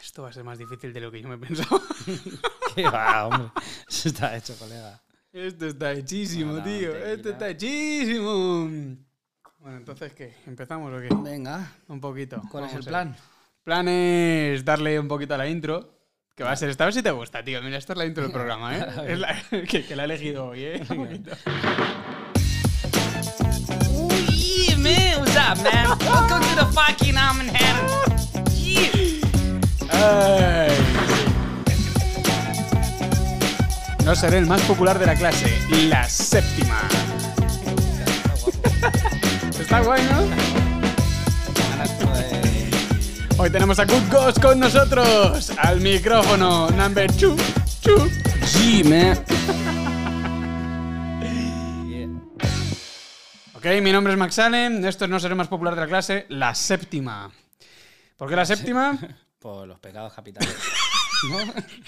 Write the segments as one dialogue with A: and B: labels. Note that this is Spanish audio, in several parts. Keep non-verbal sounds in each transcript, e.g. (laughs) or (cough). A: esto va a ser más difícil de lo que yo me
B: (laughs)
A: pensaba.
B: ¿Qué va, hombre? Eso está hecho, colega.
A: Esto está hechísimo,
B: Bueno,
A: tío.
B: tequila.
A: Esto está hechísimo. Bueno, entonces, ¿qué? ¿Empezamos o qué?
B: Venga,
A: Un poquito.
B: ¿cuál es
A: Vamos
B: el
A: a ver.
B: plan?
A: plan es darle un poquito a la intro. Que va a ser esta vez si te gusta, tío. Mira, esta es la intro del programa,
B: (laughs)
A: ¿eh? Es la- (laughs) que, que la he elegido hoy, ¿eh? Un poquito.
B: Yeah, man, what's up, man? Welcome to the fucking Ramen Head. Yeah.
A: Ay. No seré el más popular de la clase. La séptima. (laughs) Está guay, ¿no? Hoy tenemos a Good Ghost con nosotros. Al micrófono, number two, two.
B: Yeah, man.
A: Ok, mi nombre es Max Allen. Esto es No seré el más popular de la clase. La séptima. ¿Por qué la séptima?
B: Por los pecados capitales.
A: (laughs)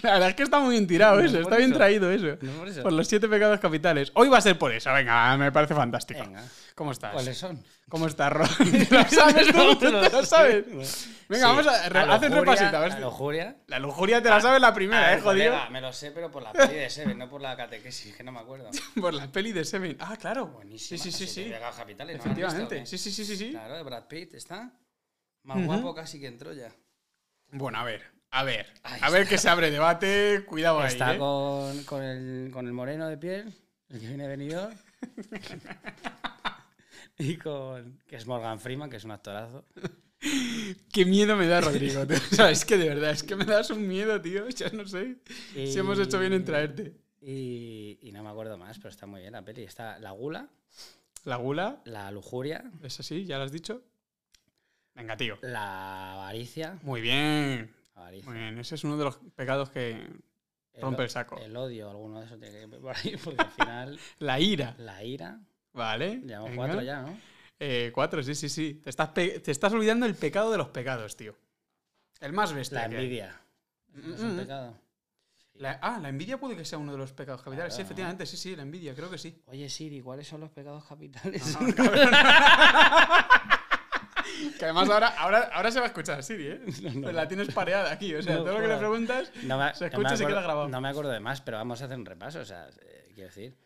A: La verdad es que está muy bien tirado
B: No,
A: eso,
B: por
A: está bien
B: eso.
A: traído eso.
B: No, por eso.
A: los siete pecados capitales. Hoy va a ser por eso, venga, me parece fantástico.
B: Venga.
A: ¿Cómo estás?
B: ¿Cuáles son?
A: ¿Cómo estás,
B: (laughs)
A: Ro? ¿Te ¿Lo (laughs) sabes tú? ¿Te lo sabes? Venga,
B: pues. Sí,
A: vamos a, re- haz un
B: lujuria,
A: repasito. A ver
B: La
A: si-
B: lujuria.
A: La lujuria te la sabes la primera,
B: A
A: eh,
B: ver,
A: jodido.
B: colega, me lo sé, pero por la peli de Seven, no por la catequesis, que no me acuerdo.
A: Por la peli de Seven. Ah, claro.
B: Buenísima.
A: Sí, sí, sí.
B: Los
A: sí.
B: siete pecados capitales, ¿no la has visto, o
A: Efectivamente. Sí,
B: qué?
A: sí, sí, sí, sí.
B: Claro, de Brad Pitt está más
A: Ujú.
B: guapo casi que en Troya.
A: Bueno, a ver, a ver.
B: Ahí
A: A ver que se abre debate. Cuidado ahí.
B: Está
A: eh.
B: con, con el, con el moreno de piel, el que viene venido. (laughs) y con. que es Morgan Freeman, que es un actorazo.
A: Qué miedo me da Rodrigo. tío. (laughs) O sea, es que de verdad, es que me das un miedo, tío. Ya no sé si hemos hecho bien en
B: Y-
A: traerte.
B: Y, y no me acuerdo más, pero está muy bien la peli. Está la gula,
A: La gula,
B: la lujuria,
A: es así, ya lo has dicho. Venga, tío.
B: la avaricia.
A: Muy bien.
B: avaricia,
A: Muy bien. Ese es uno de los pecados que
B: el
A: rompe
B: o-
A: el saco.
B: El odio, alguno de esos tiene que ir por ahí, porque al final
A: La ira.
B: la ira.
A: Vale.
B: Llevamos
A: venga.
B: cuatro ya, ¿no?
A: Eh, cuatro, sí, sí, sí. Te estás, pe- te estás olvidando el pecado de los pecados, tío. El más bestia.
B: La
A: que hay.
B: envidia.
A: Mm,
B: Es un
A: mm.
B: pecado.
A: La- ah, la envidia puede que sea uno de los pecados capitales. Sí,
B: Claro.
A: efectivamente, sí, sí, la envidia, creo que sí.
B: Oye, Siri, ¿cuáles son los pecados capitales?
A: No, cabrón. que además ahora, ahora, ahora se va a escuchar Siri,
B: (laughs)
A: ¿eh? Pues la tienes pareada aquí. O sea,
B: No,
A: todo lo que le
B: joder.
A: preguntas.
B: No me,
A: Se
B: no me
A: escucha y se queda
B: acuerdo-
A: grabado.
B: No me acuerdo de más, pero vamos a hacer un repaso. O sea, eh, quiero decir,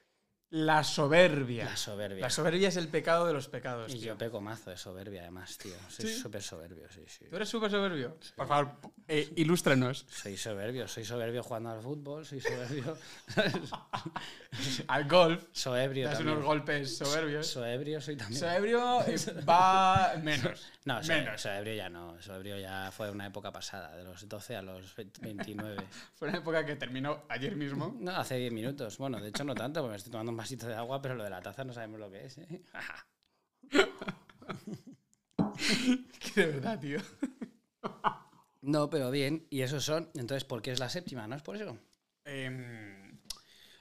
A: La soberbia.
B: la soberbia.
A: La soberbia es el pecado de los pecados,
B: y
A: tío.
B: yo peco mazo de soberbia, además, tío. Soy
A: ¿Sí?
B: súper soberbio, sí, sí.
A: ¿Tú eres súper soberbio? Por favor, eh, ilústranos.
B: Soy soberbio, soy soberbio jugando al fútbol, soy soberbio. (laughs)
A: Al golf, te
B: soberbio
A: das
B: también.
A: unos golpes soberbios.
B: Soberbio soy también.
A: Soberbio
B: (laughs)
A: eh, va menos.
B: no, soberbio,
A: menos.
B: soberbio ya no. Soberbio ya fue una época pasada, de los 12 a los 29.
A: Fue una época que terminó ayer
B: (laughs)
A: mismo.
B: No, hace 10 minutos. Bueno, de hecho no tanto, porque me estoy tomando un vasito de agua, pero lo de la taza no sabemos lo que es. ¿eh?
A: Que de verdad, tío.
B: No, pero bien. Y esos son. Entonces, ¿por qué es la séptima? ¿No es por eso?
A: Em,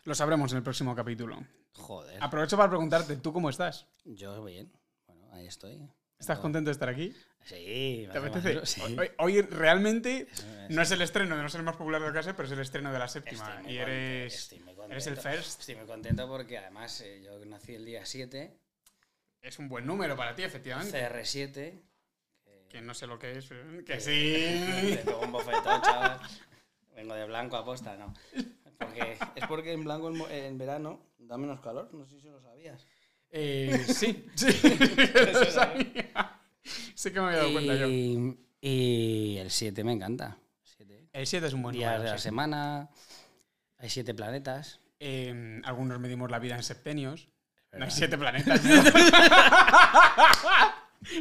A: lo sabremos en el próximo capítulo.
B: Joder.
A: Aprovecho para preguntarte, ¿tú cómo estás?
B: Yo bien. Bueno, ahí estoy.
A: ¿Estás
B: Todo.
A: contento de estar aquí?
B: Sí. me
A: ¿Te
B: hace
A: apetece?
B: más- sí.
A: Hoy, hoy realmente
B: Eso es.
A: no es el estreno de no ser el más popular de la clase, pero es el estreno de la
B: Estoy
A: séptima.
B: muy
A: Y
B: contento,
A: eres,
B: estoy muy
A: eres el
B: contento.
A: first.
B: Estoy muy contento porque además eh, yo nací el día 7,
A: Es un buen número para ti, efectivamente.
B: CR7.
A: Que no sé lo que es. pero- Que sí.
B: Eh, Le pego un bofetón, chaval. Vengo de blanco a posta, no. Porque, es porque en blanco en, mo- en verano da menos calor, no sé si lo sabías.
A: (laughs) Eh, sí, sí. Eso sabía. Sí que me había dado cuenta yo.
B: Y, y el 7 me encanta. Siete
A: El 7 es un buen
B: días
A: número.
B: de la
A: sí.
B: semana, hay siete planetas.
A: Eh, algunos medimos la vida en septenios. No (laughs) hay
B: verdad.
A: siete
B: (laughs)
A: planetas.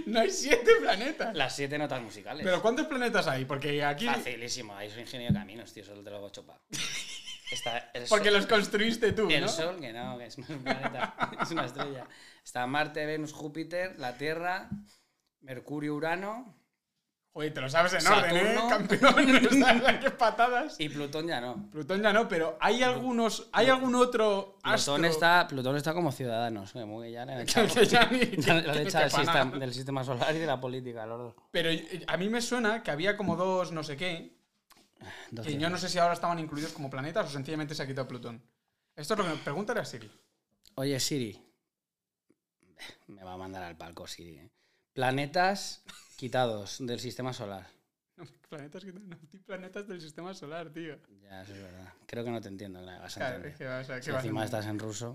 A: no hay siete planetas.
B: Las siete notas musicales.
A: Pero ¿cuántos planetas hay? Porque aquí...
B: Facilísimo, ahí soy ingeniero de caminos, tío, solo te lo
A: (laughs)
B: hago chupar. Está el
A: Porque
B: sol,
A: los construiste tú,
B: el
A: ¿no?
B: sol, que no, que es un (laughs) planeta, es una estrella. Está Marte, Venus, Júpiter, la Tierra, Mercurio, Urano
A: Oye, te lo sabes en orden, ¿eh?
B: Saturno.
A: Campeón. (laughs)
B: (laughs)
A: ¿Sabes qué patadas?
B: y Plutón ya no.
A: Plutón ya no, pero hay algunos... ¿Hay algún otro astro?
B: Plutón está, Plutón está como ciudadanos, como que ya le han
A: (laughs)
B: echado,
A: que ya
B: (laughs)
A: ni-
B: ya le han
A: que-
B: echado
A: que
B: del,
A: pa' nada.
B: sistema, del sistema solar y de la política, los dos.
A: Pero eh, a mí me suena que había como dos no sé qué,
B: Dos
A: que
B: días.
A: yo no sé si ahora estaban incluidos como planetas o sencillamente se ha quitado Plutón. Esto es lo que me pregúntale a Siri. (laughs)
B: Oye, Siri. Me va a mandar al palco Siri. ¿eh? Planetas quitados del sistema solar.
A: No, planetas, que- no, tío, planetas del sistema solar, tío.
B: Ya, eso es verdad. Creo que no te entiendo, claro, vas a
A: Claro,
B: entender.
A: es que vas a- que
B: Si
A: vas a-
B: encima estás
A: (laughs)
B: en ruso.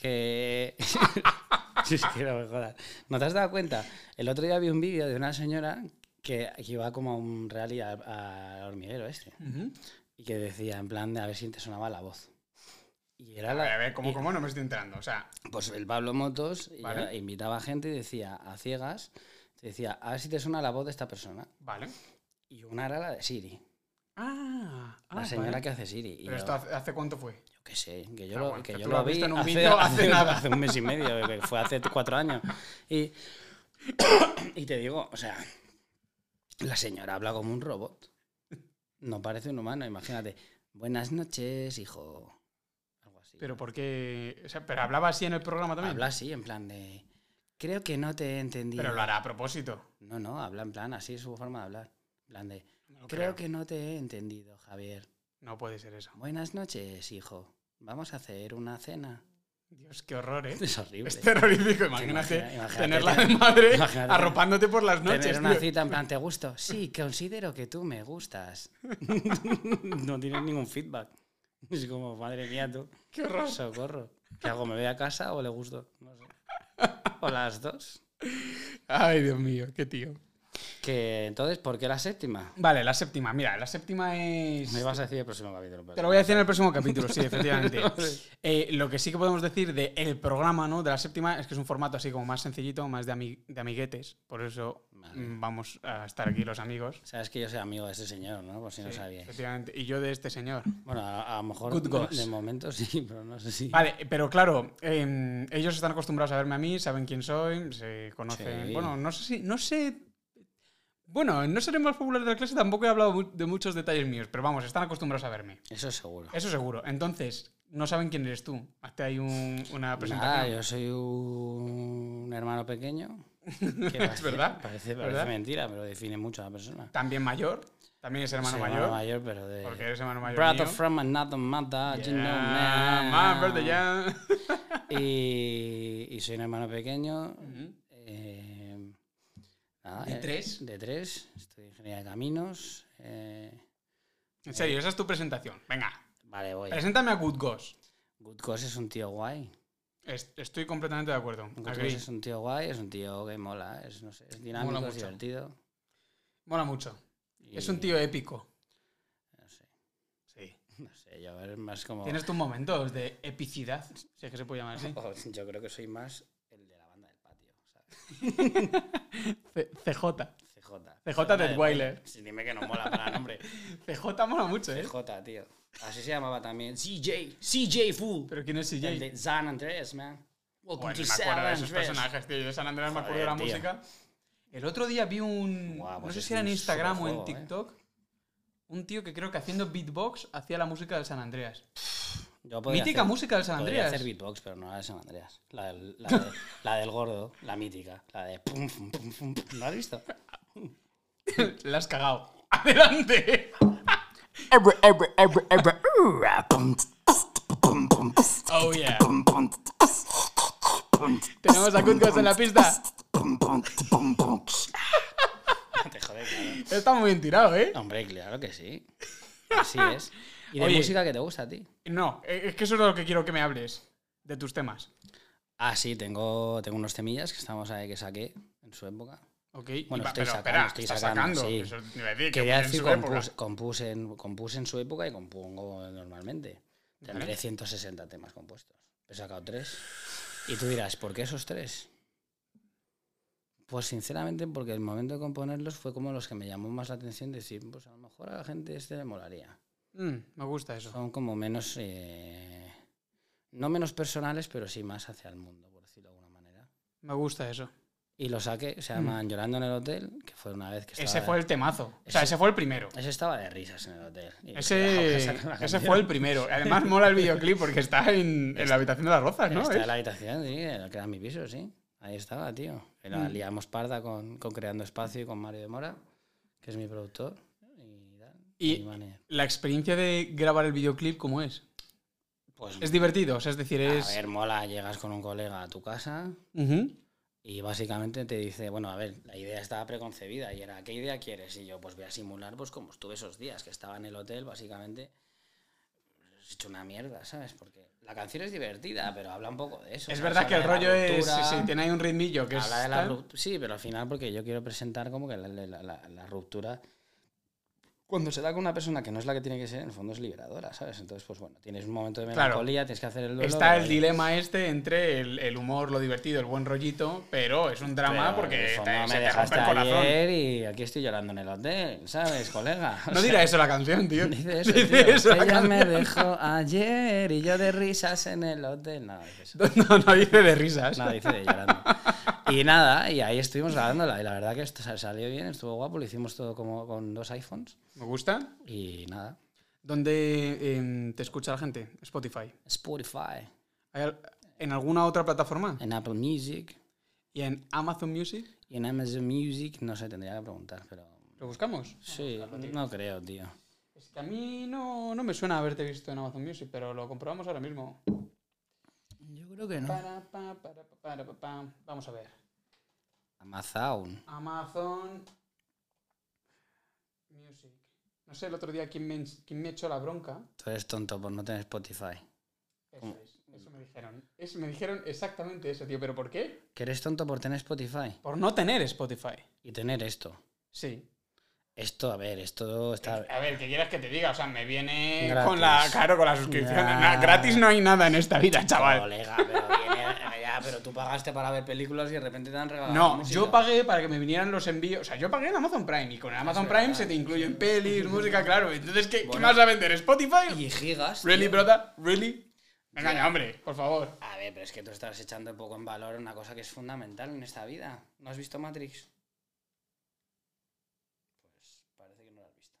B: Que. (laughs) si es que no me jodas. ¿No te has dado cuenta? El otro día vi un vídeo de una señora que que iba como a un rally a- al hormiguero este.
A: Ujú.
B: Y que decía, en plan, de a ver si te sonaba la voz. Y era
A: A ver,
B: la.
A: a ver, ¿cómo,
B: y-
A: cómo no me estoy enterando? O sea,
B: Pues el Pablo Motos y-
A: Vale.
B: invitaba a gente y decía, a ciegas, te decía, a ver si te suena la voz de esta persona.
A: vale.
B: Y una era la de Siri.
A: Ah,
B: la señora que hace Siri. Y
A: ¿Pero
B: yo-
A: esto hace, hace cuánto fue?
B: Yo qué sé, que yo
A: Ah,
B: lo,
A: bueno,
B: que
A: que
B: yo
A: tú
B: lo
A: lo has
B: vi
A: visto en un
B: (laughs) hace,
A: vídeo hace nada.
B: hace un mes y medio, que fue hace cuatro años. Y, y te digo, o sea, la señora habla como un robot. No parece un humano, imagínate. Buenas noches, hijo. Algo así.
A: ¿Pero por qué? O sea, ¿pero hablaba así en el programa también?
B: habla así, en plan de. Creo que no te he entendido.
A: Pero lo hará a propósito.
B: No, no, habla en plan, así es su forma de hablar. En plan de.
A: No
B: creo que no te he entendido, Javier.
A: No puede ser eso.
B: Buenas noches, hijo. Vamos a hacer una cena. (laughs)
A: Dios, qué horror, ¿eh?
B: Es horrible.
A: Es terrorífico, imagínate,
B: imagina- imagínate
A: tenerla de
B: tener-
A: madre
B: imagínate
A: arropándote por las
B: Tener
A: noches,
B: una
A: tío.
B: cita en plan, ¿te gusto? Sí, considero que tú me gustas. (laughs) no tienes ningún feedback. Es como, madre mía, tú.
A: Qué horror.
B: Socorro. ¿Qué hago? ¿Me voy a casa o le gusto? No sé. O las dos.
A: Ay, Dios mío, qué tío.
B: Que entonces, ¿por qué la séptima?
A: Vale, la séptima. Mira, la séptima es...
B: Me ibas a decir el próximo capítulo. pero-
A: Te lo voy a decir en el próximo capítulo, sí,
B: (laughs)
A: efectivamente. Eh, lo que sí que podemos decir del programa, ¿no? De la séptima, es que es un formato así como más sencillito, más de, ami- de amiguetes. Por eso
B: Vale.
A: mm, vamos a estar aquí los amigos.
B: Sabes que yo soy amigo de ese señor, ¿no? Por si no
A: Sí,
B: sabías.
A: efectivamente. Y yo de este señor.
B: Bueno, a, a lo mejor
A: Good
B: de,
A: Goss.
B: de momento (laughs) sí, pero no sé si.
A: Vale, pero claro, eh, ellos están acostumbrados a verme a mí, saben quién soy, se conocen.
B: Sí.
A: Bueno, no sé si. No sé. Bueno, no seré más popular de la clase, tampoco he hablado mu- de muchos detalles míos, pero vamos, están acostumbrados a verme.
B: Eso seguro.
A: Eso seguro. Entonces, no saben quién eres tú. Hazte ahí un- una
B: Nada,
A: presentación.
B: yo soy un
A: (laughs)
B: hermano pequeño. que parece-
A: verdad,
B: Parece, parece
A: ¿verdad?
B: mentira, pero define mucho a la persona.
A: También mayor, también es hermano
B: Soy
A: mayor.
B: pero de.
A: Porque eres hermano mayor.
B: Brother
A: mío.
B: from another mother, you know,
A: Yeah,
B: man.
A: man, brother, yeah.
B: Y, y soy un hermano pequeño. eh, nada,
A: ¿De
B: eh,
A: tres?
B: De tres. Estudio ingeniería de caminos. eh,
A: En serio, esa es tu presentación. Venga,
B: vale, voy.
A: preséntame a Good Ghost.
B: Good Cos es un tío guay.
A: Es- Estoy completamente de acuerdo.
B: Good Cos
A: Agree.
B: es un tío guay, es un tío que mola. Es, no sé, es dinámico, es
A: mucho.
B: divertido.
A: Mola mucho. Es un
B: y-
A: tío épico.
B: No sé,
A: Sí.
B: (laughs) no sé, yo es más como. (laughs)
A: Tienes tus momentos de epicidad, si es que se puede llamar así.
B: Oh, Yo creo que soy más el de la banda del patio, ¿sabes?
A: C- CJ.
B: CJ.
A: CJ
B: Banda del
A: Detweiler.
B: patio. Sí, dime que no mola para nombre.
A: (laughs) CJ mola mucho, ¿eh?
B: CJ, tío. Así se llamaba también. CJ. CJ Fool.
A: Pero ¿quién es CJ?
B: El de San Andreas, man. Welcome
A: Joder,
B: to
A: ni me acuerdo de esos
B: San Andreas.
A: personajes, tío. Yo de San Andrés me acuerdo de
B: Joder,
A: la
B: tío.
A: música. El otro día vi un.
B: Guau,
A: no
B: pues
A: sé
B: es
A: si era en
B: un
A: Instagram o en
B: superjuego, ¿eh?
A: TikTok. Un tío que creo que haciendo beatbox hacía la música del San Andreas.
B: Yo podría
A: Mítica
B: hacer-
A: música del San
B: Podría
A: Andreas. (laughs)
B: hacer beatbox, pero no la de San Andreas. La del, la de- la del gordo, la mítica. La de pum, pum, pum, pum. pum. ¿No has visto? (laughs)
A: la has cagado. (laughs) ¡Adelante!
C: Ever, ever, ever, ever. Ooh, ah, boom, tss, boom, boom, tss,
A: Oh yeah.
C: boom, boom, tss, boom, tss,
A: Tenemos a Kutgos en la pista.
C: boom, boom, tss, boom, boom, tss.
B: Te jode, claro.
A: (laughs) Está muy bien tirado, ¿eh?
B: Hombre, claro que sí. Así es. ¿Y de
A: Oye.
B: música que te gusta a ti?
A: No, eh, es que eso es de lo que quiero que me hables. De tus temas.
B: Ah, sí, tengo, tengo unos temillas que estamos ahí que saqué en su época.
A: Ok.
B: Bueno,
A: y va-
B: estoy
A: pero
B: sacando,
A: espera,
B: estoy
A: estás sacando.
B: sacando, sí.
A: Eso te iba a decir, que
B: Quería
A: en
B: decir,
A: su época.
B: compus- compuse, en, compuse en su época y compongo normalmente. Tendré
A: Vale.
B: 160 temas compuestos. He sacado tres. Y tú dirás, ¿por qué esos tres? Pues sinceramente, porque el momento de componerlos fue como los que me llamó más la atención. Decir, pues a lo mejor a la gente este le molaría.
A: Mm, me gusta eso.
B: Son como menos. eh, no menos personales, pero sí más hacia el mundo, por decirlo de alguna manera.
A: Me gusta eso.
B: Y lo saqué, se llaman Llorando en el Hotel, que fue una vez que estaba.
A: Mm. Ese fue el temazo. O sea,
B: Ese-
A: ese fue el primero.
B: Ese estaba de risas en el hotel. Y dije, (laughs)
A: Ese,
B: "Vamos a sacar una
A: ese
B: canción".
A: fue el primero. Además, mola el videoclip porque está en, en la habitación de las rozas, ¿no?
B: Está en
A: ¿Es?
B: la habitación, sí, en la que era mi piso, sí. Ahí estaba, tío. Y La
A: Mm.
B: liamos parda con, con Creando Espacio y con Mario de Mora, que es mi productor. Y, tal,
A: Y-
B: mi manager.
A: La experiencia de grabar el videoclip, ¿cómo es?
B: Pues,
A: Es divertido, o sea, es decir,
B: a
A: es.
B: ver, mola, llegas con un colega a tu casa,
A: Ujú.
B: Y básicamente te dice, bueno, a ver, la idea estaba preconcebida y era, ¿qué idea quieres? Y yo, pues voy a simular, pues como estuve esos días, que estaba en el hotel, básicamente, pues, he hecho una mierda, ¿sabes? Porque la canción es divertida, pero habla un poco de eso.
A: Es
B: ¿sabes?
A: verdad que el
B: Habla de
A: rollo
B: la
A: es. Sí,
B: ruptura,
A: sí, tiene ahí un ritmillo que es.
B: habla de la
A: tal.
B: rup- Sí, pero al final, porque yo quiero presentar como que la, la- la- la- la ruptura. Cuando se da con una persona que no es la que tiene que ser, en el fondo es liberadora, ¿sabes? Entonces, pues bueno, tienes un momento de
A: Claro.
B: melancolía, tienes que hacer el duelo.
A: Está
B: pero
A: el
B: oye,
A: dilema este entre el, el humor, lo divertido, el buen rollito, pero es un drama
B: pero,
A: porque
B: hijo,
A: te-
B: no
A: se
B: me
A: te rompe
B: dejaste
A: el corazón.
B: ayer y aquí estoy llorando en el hotel, ¿sabes, colega? (laughs) O
A: No
B: sea,
A: dirá eso la canción, tío. (laughs)
B: Dice eso,
A: Dice
B: tío,
A: eso la (laughs)
B: Ella me
A: canción.
B: dejó ayer y yo de risas en el hotel. No, dice eso.
A: No, no dice de risas.
B: No, dice de llorando. Y nada, y ahí estuvimos grabándola. Y la verdad que esto sa- salió bien, estuvo guapo. Lo hicimos todo como con dos iPhones.
A: (laughs) Me gusta.
B: Y nada,
A: ¿Dónde em, te escucha la gente? Spotify.
B: Spotify,
A: ¿Hay al- ¿En alguna otra plataforma?
B: en Apple Music
A: ¿Y en Amazon Music?
B: y en Amazon Music. No sé, tendría que preguntar, pero.
A: ¿Lo buscamos? Ah,
B: Sí, no creo, tío.
A: Es que a mí no, no me suena haberte visto en Amazon Music, pero lo comprobamos ahora mismo.
B: Yo creo que
A: Para, pa, para, pa, para, pa, pam. Vamos a ver.
B: Amazon.
A: Amazon Music. No sé el otro día quién me, ens- quién me echó la bronca.
B: Tú eres tonto por no tener Spotify.
A: Eso es, eso me dijeron. Eso me dijeron exactamente eso, tío. ¿Pero por qué?
B: Que eres tonto por tener Spotify
A: Por no tener Spotify.
B: y tener esto.
A: Sí.
B: Esto, a ver, esto está.
A: A ver, ¿qué quieras que te diga? O sea, me viene
B: Gratis.
A: con la. Claro, con la suscripción.
B: Ya.
A: Na- gratis no hay nada en esta vida, chaval.
B: Colega, pero, viene- eh, ya, pero tú pagaste para ver películas y de repente te han regalado.
A: No,
B: música.
A: yo pagué para que me vinieran los envíos. O sea, yo pagué en Amazon Prime y con Amazon Prime se te incluyen pelis, música, claro. Entonces, ¿qué, qué
B: Bueno.
A: vas a vender? ¿Spotify?
B: Y gigas.
A: ¿Really,
B: tío.
A: brother? ¿Really? Engaña, hombre, por favor.
B: A ver, pero es que tú estás echando poco en valor una cosa que es fundamental en esta vida. ¿No has visto Matrix? Pues parece que no lo has visto.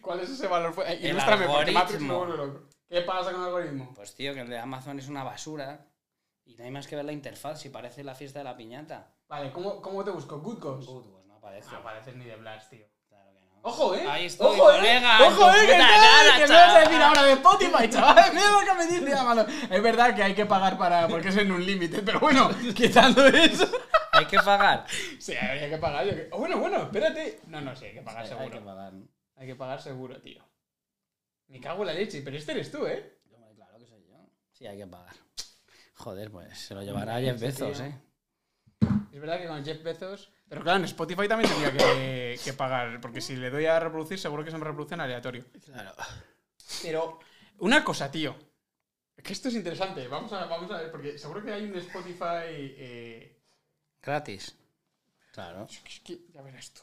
A: ¿Cuál es ese valor? Eh,
B: El
A: Ilústrame, porque
B: algoritmo.
A: Matrix me vuelve loco. ¿Qué pasa con el algoritmo?
B: Pues tío, que el de Amazon es una basura y no hay más que ver la interfaz si parece la fiesta de la piñata.
A: Vale, ¿cómo, cómo te busco? ¿Good Ghost?
B: Good, pues no aparece.
A: No pareces ni de Blas, tío.
B: Claro que no.
A: Ojo, eh.
B: Ahí estoy,
A: ojo,
B: colega,
A: eh.
B: en tu
A: Ojo, eh. Que,
B: puta
A: no,
B: cara,
A: que me vas a decir
B: chaval.
A: ahora de Spotify, chaval. (laughs) Mira lo que me dice Amazon. Es verdad que hay que pagar para. porque es en un límite, pero
B: (laughs)
A: bueno, quitando eso.
B: Hay que pagar.
A: Sí, habría que pagar. Yo que- oh, bueno, bueno, espérate. No, no, sí, hay que pagar
B: Hay- hay que
A: seguro.
B: pagar. ¿no?
A: Hay que pagar seguro, tío. Me cago en la leche, pero este eres tú, eh.
B: Hombre, Claro que soy yo. Sí, hay que pagar. Joder, pues se lo llevará Jeff Bezos,
A: tío.
B: ¿eh?
A: Es verdad que con Jeff Bezos. Pero claro, en Spotify también tendría que, que pagar, porque si le doy a reproducir, seguro que se me reproduce en aleatorio.
B: Claro.
A: Pero una cosa, tío. Es que esto es interesante. Vamos a, vamos a ver, porque seguro que hay un Spotify. eh,
B: Gratis. Claro.
A: es que ya verás tú.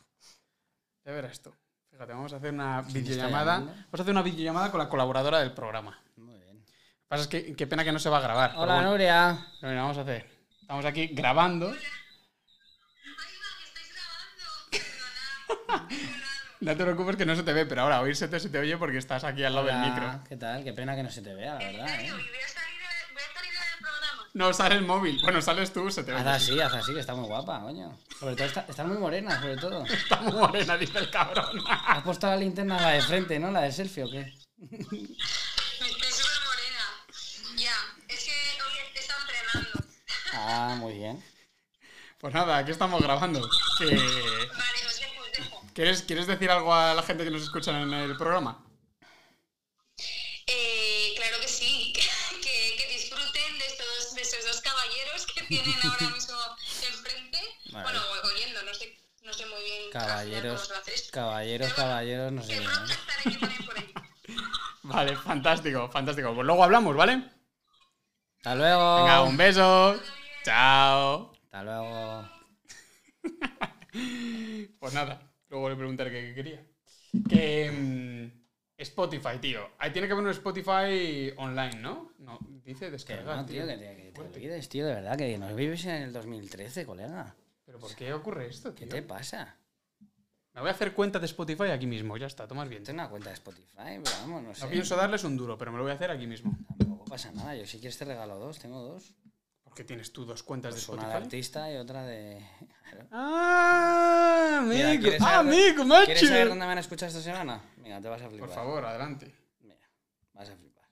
A: Ya verás tú. Fíjate, vamos a hacer una
B: me está
A: videollamada.
B: llamando?
A: Vamos a hacer una videollamada con la colaboradora del programa. Lo
B: Muy bien.
A: que pasa es que qué pena que no se va a grabar. pero
B: Hola,
A: bueno.
B: Nuria.
A: Pero mira, vamos a hacer. Estamos aquí grabando. No te preocupes que no se te ve, pero ahora oírse te, se te oye porque estás aquí al lado
B: Hola,
A: del micro.
B: ¿Qué tal? Qué pena que no se te vea, la verdad, ¿eh?
A: No sale el móvil. Bueno, sales tú, se te ve.
B: Haz así, haz así, que está muy guapa, coño. Sobre todo, está, está muy morena, sobre todo.
A: Está muy morena, dice el cabrón. (laughs)
B: Has puesto la linterna la de frente, ¿no? La de selfie, ¿o qué? Ah, muy bien.
A: Pues nada, aquí estamos grabando. Que- ¿Quieres, ¿Quieres decir algo a la gente que nos escucha en el programa?
D: Eh, Claro que sí, (laughs) que, que disfruten de estos, de estos dos caballeros
B: (laughs)
D: que tienen ahora mismo enfrente.
B: Vale.
D: Bueno, o oyendo, no sé, no sé muy bien.
B: Caballeros,
D: cómo lo hacéis.
B: caballeros, caballeros, no sé ¿eh?
D: Que
B: qué.
D: pronto
B: ¿no?
D: estaré yo también por ahí.
A: Vale, fantástico, fantástico. Pues luego hablamos, ¿vale?
B: Hasta luego.
A: Venga, un beso. Chao.
B: Hasta luego.
A: Pues nada, luego le preguntaré qué qué quería. Que. mm, Spotify, tío. Ahí tiene que haber un Spotify online, ¿no? No, dice
B: Que
A: descargar.
B: no, tío, que te, que te olvides, tío, de verdad, que nos vives en el 2013, colega.
A: ¿Pero por qué ocurre esto,
B: ¿Qué
A: tío?
B: te pasa?
A: Me voy a hacer cuenta de Spotify aquí mismo, ya está, tomas bien.
B: Tengo una cuenta de Spotify, pero vamos, no sé.
A: No pienso darles un duro, pero me lo voy a hacer aquí mismo.
B: Tampoco pasa nada. Yo si quieres te regalo dos, tengo dos.
A: Porque tienes tú dos cuentas
B: Pues
A: de
B: una de
A: Spotify.
B: artista y otra
A: (laughs)
B: de. Claro.
A: ¡Ah!
B: Mira,
A: ¡Amigo!
B: ¿quieres saber-
A: ¡Amigo,
B: ¿Quieres saber
A: macho!
B: dónde me han escuchado esta semana? Mira, te vas a flipar.
A: Por favor, adelante.
B: Mira, vas a flipar.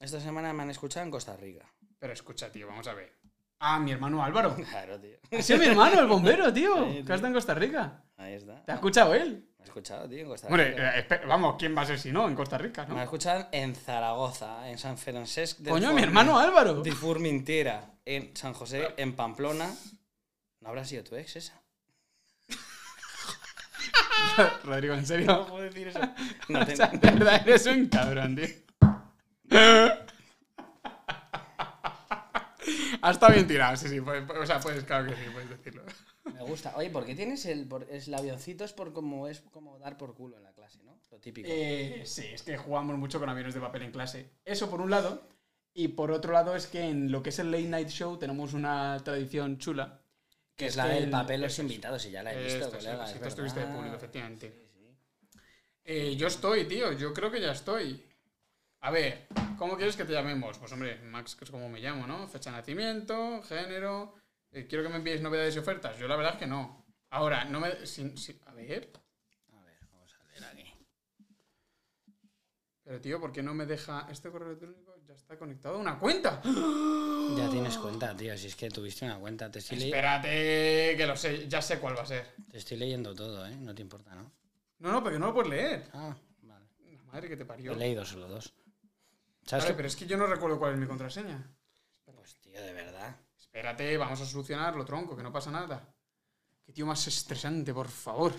B: Esta semana me han escuchado en Costa Rica. (laughs)
A: Pero escucha, tío, vamos a ver. Ah, mi hermano Álvaro.
B: Claro, tío.
A: Sí, mi hermano, el bombero, tío.
B: Sí,
A: Que está en Costa Rica.
B: Ahí está.
A: ¿Te ha escuchado él?
B: Me has escuchado, tío, en Costa
A: Hombre,
B: Rica.
A: eh, espe- vamos, ¿quién va a ser si no? En Costa Rica,
B: Me has
A: ¿no?
B: escuchado en Zaragoza, en San Francisco de
A: Coño, mi hermano
B: (laughs)
A: Álvaro. (laughs)
B: De Formentera, en San José, en Pamplona. ¿No habrá sido tu ex esa?
A: Rodrigo, en serio.
B: puedo decir eso. (laughs)
A: (laughs)
B: No
A: O
B: te-
A: sea, de verdad, eres un cabrón, tío. Ha estado bien tirado, sí, sí. puedes- o sea, puedes, claro que sí, puedes decirlo.
B: Me gusta. Oye, ¿por qué tienes el, por- es- el avioncito? Es por como es como dar por culo en la clase, ¿no? Lo típico.
A: Eh, sí, es que jugamos mucho con aviones de papel en clase. Eso por un lado. Y por otro lado es que en lo que es el late night show tenemos una tradición chula.
B: que es la del
A: el-
B: papel los
A: eso es.
B: invitados, y ya la he visto,
A: Esto, sí,
B: colega.
A: sí,
B: es
A: tú estuviste de
B: verdad.
A: público, efectivamente. Eh, yo estoy, tío. Yo creo que ya estoy. A ver, ¿cómo quieres que te llamemos? Pues hombre, Max, que es como me llamo, ¿no? Fecha de nacimiento, género. eh, quiero que me envíes novedades y ofertas. Yo la verdad es que no. Ahora, no me. sin- sin- a ver.
B: A ver, vamos a leer aquí.
A: Pero tío, ¿por qué no me deja este correo electrónico? Ya está conectado a una cuenta.
B: Ya tienes cuenta, tío. Si es que tuviste una cuenta, te estoy, le-
A: Espérate, que lo sé. Ya sé cuál va a ser.
B: te estoy leyendo todo, ¿eh? No te importa, ¿no?
A: No, no, porque no lo puedes leer.
B: Ah, vale.
A: La madre que te parió.
B: He leído solo dos. ¿Sabes
A: Vale,
B: qué?
A: pero es que yo no recuerdo cuál es mi contraseña.
B: Pues tío, de verdad.
A: Espérate, vamos a solucionarlo, tronco, que no pasa nada. Qué tío más estresante, por favor.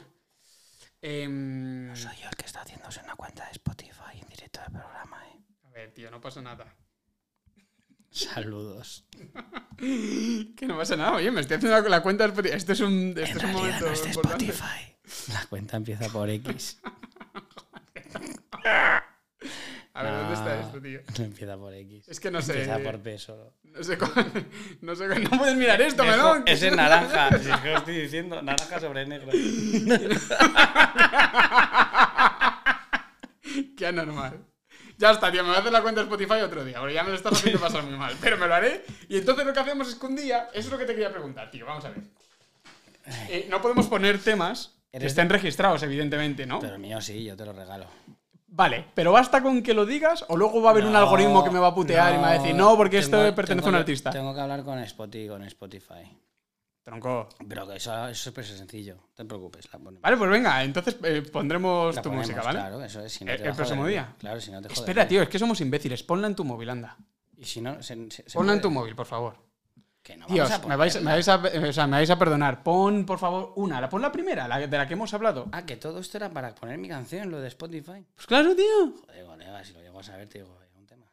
A: Em,
B: Soy yo el que está haciéndose una cuenta de Spotify en directo del programa, ¿eh?
A: a ver, tío, no pasa nada. (laughs)
B: Saludos.
A: Que no pasa nada, oye, me estoy haciendo la- la cuenta de Spotify. Este es un, este es un momento importante.
B: La cuenta empieza por X. (laughs)
A: A ver, ¿dónde está
B: No.
A: esto, tío?
B: No empieza por X.
A: Es que no sé.
B: Empieza por P solo.
A: No sé cuál- (laughs) No sé cuál- No puedes mirar esto, melón.
B: Es en naranja. (laughs) Si es que lo estoy diciendo, naranja sobre negro.
A: Qué anormal. Ya está, tío, me voy a hacer la cuenta de Spotify otro día, porque ya me lo estás haciendo pasar muy mal. Pero me lo haré. Y entonces lo que hacemos es que un día, eso es lo que te quería preguntar, tío, vamos a ver. Eh, no podemos poner temas que
B: Eres-
A: estén registrados, evidentemente, ¿no?
B: Pero mío sí, yo te lo regalo.
A: Vale, pero basta con que lo digas o luego va a haber un algoritmo que me va a putear y me va a decir, no, porque esto
B: tengo-
A: pertenece
B: tengo
A: a un
B: que-
A: artista.
B: Tengo que hablar con Spotify. Con Spotify.
A: Tronco.
B: Pero que eso, eso es pues, sencillo. No te preocupes. La ponemos.
A: Vale, pues venga, entonces eh, pondremos
B: La
A: tu
B: ponemos,
A: música, ¿vale?
B: Claro, eso es. Si no
A: El-
B: te va
A: el
B: a
A: próximo
B: joder,
A: día.
B: Claro, si no te joder.
A: Espera, tío, es que somos imbéciles. Ponla en tu móvil, anda.
B: Y si no, se, se- se
A: Ponla en tu
B: puede-
A: móvil, por favor.
B: que no
A: Dios,
B: vamos a
A: me vais, me,
B: ponerla.
A: vais a, o sea, me vais a perdonar. Pon, por favor, una. La, pon la primera, la de la que hemos hablado.
B: Ah, que todo esto era para poner mi canción, lo de Spotify.
A: Pues claro, tío.
B: Joder, colega, si lo llego a saber, te digo, es un tema.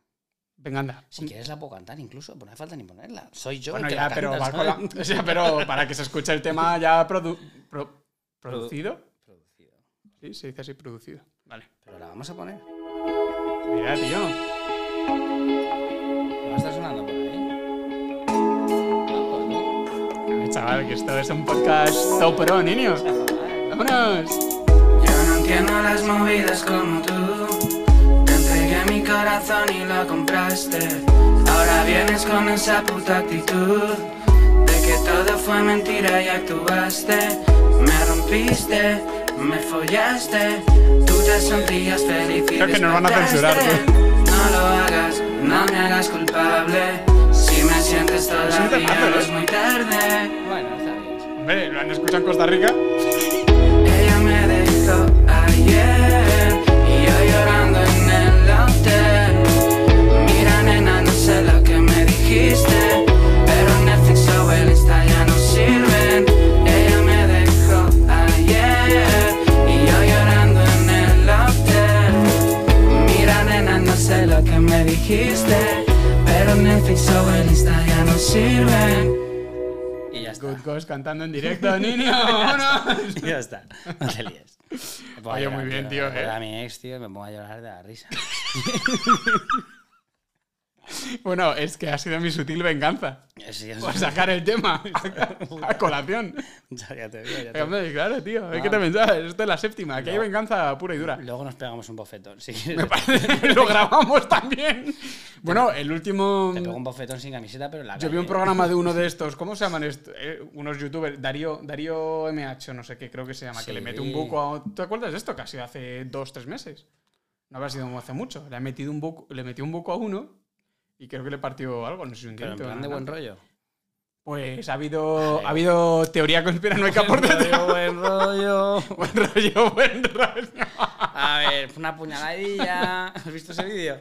A: Venga, anda.
B: Si quieres la puedo cantar incluso, pero no hace falta ni ponerla. Soy yo
A: Mm. bueno,
B: el que
A: ya,
B: la
A: pero,
B: canta,
A: va con la- (laughs)
B: ¿sabes?
A: o sea, pero para que se escuche el tema ya produ- pro- producido.
B: Producido.
A: Sí, se dice así, producido. Vale.
B: Pero la vamos a poner.
A: Mira, tío.
B: Va a estar sonando por ahí. Ah, pues no.
A: Eh, Chaval, que esto es un podcast topero, niño. Vámonos.
E: Yo no entiendo las movidas como tú. Te entregué mi corazón y lo compraste. Ahora vienes con esa puta actitud de que todo fue mentira y actuaste. Me rompiste, me follaste. Tú te sentías feliz y
A: Creo que nos van a censurar, ¿eh?
E: despertaste. No lo hagas, no me hagas culpable. Si me sientes todavía,
A: temazo,
E: no
A: ¿eh?
E: es muy tarde.
B: Bueno, está bien.
A: Hombre, lo han escuchado en Costa Rica.
E: Ella me dejó ayer y yo llorando en el hotel. Mira, nena, no sé lo que me dijiste, pero Netflix o el Insta ya no sirven. Ella me dejó ayer y yo llorando en el hotel. Mira, nena, no sé lo que me dijiste, pero Netflix o el Insta ya no sirven.
B: Y ya está.
A: Good Ghost cantando en (laughs) directo, niño. Vámonos.
B: (laughs) ya está. No
A: (laughs)
B: te líes. Me pongo a
A: Oye, muy bien, tío,
B: Me acuerdo
A: eh.
B: A mi ex, tío, y me pongo a llorar de
A: (laughs)
B: la risa.
A: Bueno, es que ha sido mi sutil venganza.
B: Eh, Sí, ya
A: Por
B: sé.
A: sacar el tema (laughs) a colación.
B: (laughs) Ya- ya te veo, ya
A: (laughs)
B: te veo.
A: Hombre, claro, tío. Es que te pensabas, esto es la séptima, que hay venganza pura y dura.
B: Luego nos pegamos un bofetón. Sí.
A: (laughs) Lo grabamos también. Bueno, el último.
B: Te pego un bofetón sin camiseta, pero en la
A: Yo vi
B: calle.
A: un programa de uno de estos, ¿cómo se llaman estos? Eh, unos youtubers, Darío, Darío MH, o no sé qué, creo que se llama, que le
B: Sí.
A: mete un buco a... ¿Te acuerdas de esto? Que ha sido hace dos, tres meses. No habrá sido hace mucho. Le, ha metido un buco, le metió un buco a uno y creo que le partió algo, no sé si un
B: (laughs) Pero en
A: diente o
B: plan
A: una (laughs)
B: de buen
A: nada.
B: rollo.
A: Pues ha habido, ha habido teoría conspiranoica por detrás.
B: Buen rollo.
A: (laughs) Buen rollo, buen rollo.
B: A ver, pues una puñaladilla. ¿Has visto
A: (laughs)
B: ese vídeo?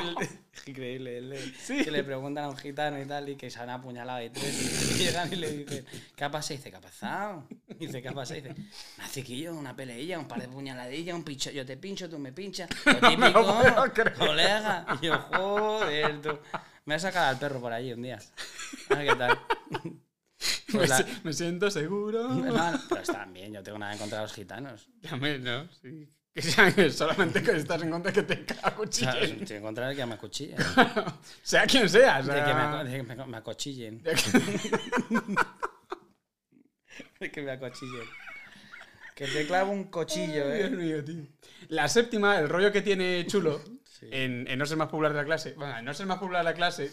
B: El- es (laughs) increíble. el de-
A: Sí.
B: Que le preguntan a un gitano y tal, y que se han apuñalado de tres. Y (laughs) llegan y le dicen, ¿qué ha pasado? Y dice, ¿qué ha pasado? Y dice, ¿qué ha pasado? Y dice, una ciquillo, una peleilla, un par de puñaladillas, un pincho. Yo te pincho, tú me pinchas.
A: (laughs)
B: Lo
A: me
B: típico,
A: lo puedo creer.
B: colega. Y yo, joder, tú. Me ha sacado al perro por allí un día. A ver
A: (laughs)
B: qué tal.
A: Me,
B: Pues (laughs) la-
A: si- me siento (laughs) seguro.
B: No, pero están bien, yo tengo nada en contra de los gitanos.
A: Dame, ¿no? Sí. Que sea- que solamente que estás en contra que te
B: O sea,
A: acuchillen.
B: estoy en contra de que me acuchillen.
A: Sea quien sea. o
B: De que me,
A: sea,
B: aco- de que me aco- me acochillen.
A: de que-
B: (laughs) De que me acochillen. Que te clavo un cochillo,
A: Dios
B: eh.
A: mío, tío. La séptima, el rollo que tiene Chulo
B: Sí.
A: en, en no ser más popular de la clase. Bueno, en no ser más popular de la clase,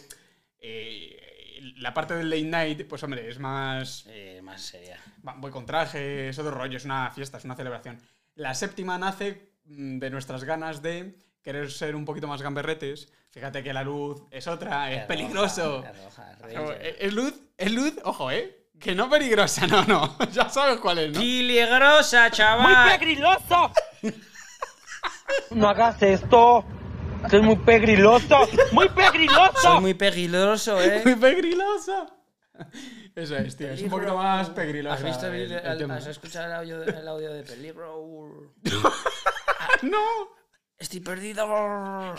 A: eh, la parte del late night, pues hombre, es más.
B: Eh, más seria.
A: va- Voy con traje, es otro rollo, es una fiesta, es una celebración. La séptima nace mm, de nuestras ganas de querer ser un poquito más gamberretes. Fíjate que la luz es otra, es
B: roja,
A: peligroso.
B: es roja, es
A: Pero,
B: ranger.
A: eh, Es luz, es luz, ojo, ¿eh? Que no peligrosa, (laughs) no, no. Ya sabes cuál es, ¿no?
B: ¡Peligrosa, chaval!
F: pegriloso. No hagas esto. Soy muy pegriloso. Muy
B: Soy
F: pegriloso.
B: muy pegriloso,
A: (laughs) Muy
B: eh.
A: pegrilosa. Eso es, tío. Es un poquito más pegrilosa.
B: ¿Has visto el,
A: el-
B: vídeo-
A: el
B: el-
A: tema.
B: ¿Has escuchado el audio, de- el audio de peligro?
A: No, (laughs)
B: Estoy perdido.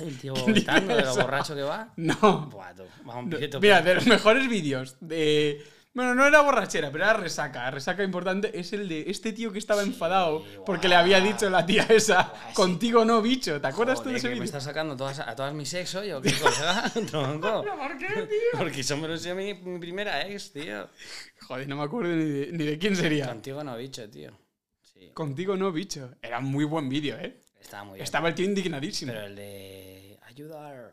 B: El tío gritando de lo
A: eso?
B: borracho que va.
A: no.
B: Buah, tú. Va (laughs) un pieto.
A: Mira, de los mejores vídeos de. Bueno, no era borrachera, pero era resaca. Resaca importante es el de este tío que estaba enfadado porque le había dicho la tía esa, contigo no, bicho. ¿Te acuerdas tú de
B: Joder,
A: ese
B: que ¿Me
A: vídeo?
B: estás sacando todas, a todas mis ex hoy o qué
A: (laughs)
B: cosa? (laughs) Tronco. ¿Por qué, tío? Porque eso me lo enseñó mi, mi primera ex, tío.
A: Joder, no me acuerdo ni de, ni de quién sería.
B: Contigo no bicho, tío. Sí,
A: Contigo no, bicho. Era un muy buen vídeo, ¿eh?
B: estaba muy bien.
A: Estaba el tío indignadísimo.
B: Pero el de ayudar.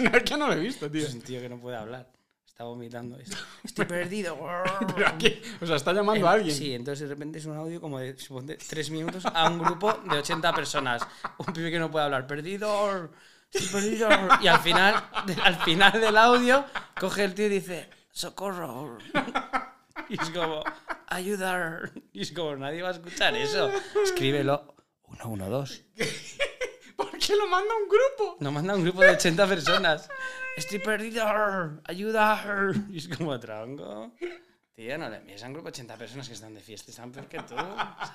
A: no, es que no lo he visto, tío.
B: Es un tío que no puede hablar. Está vomitando. Es- Estoy perdido.
A: (laughs) Pero aquí, o sea, está llamando
B: Eh,
A: a alguien.
B: Sí, entonces de repente es un audio como de, suponte, tres minutos a un grupo de 80 personas. Un pibe que no puede hablar, perdido, sí, perdido. Y al final, (laughs) de- al final del audio, coge el tío y dice, socorro. (laughs) Y es como, ayudar. Y es como, nadie va a escuchar eso. Escríbelo. 112.
A: ¿Por qué lo manda a un grupo?
B: Nos manda un grupo de 80 personas. Estoy perdido, ayuda. Y es como tronco. Tío, no le mires a un grupo de 80 personas que están de fiesta, están peor que tú.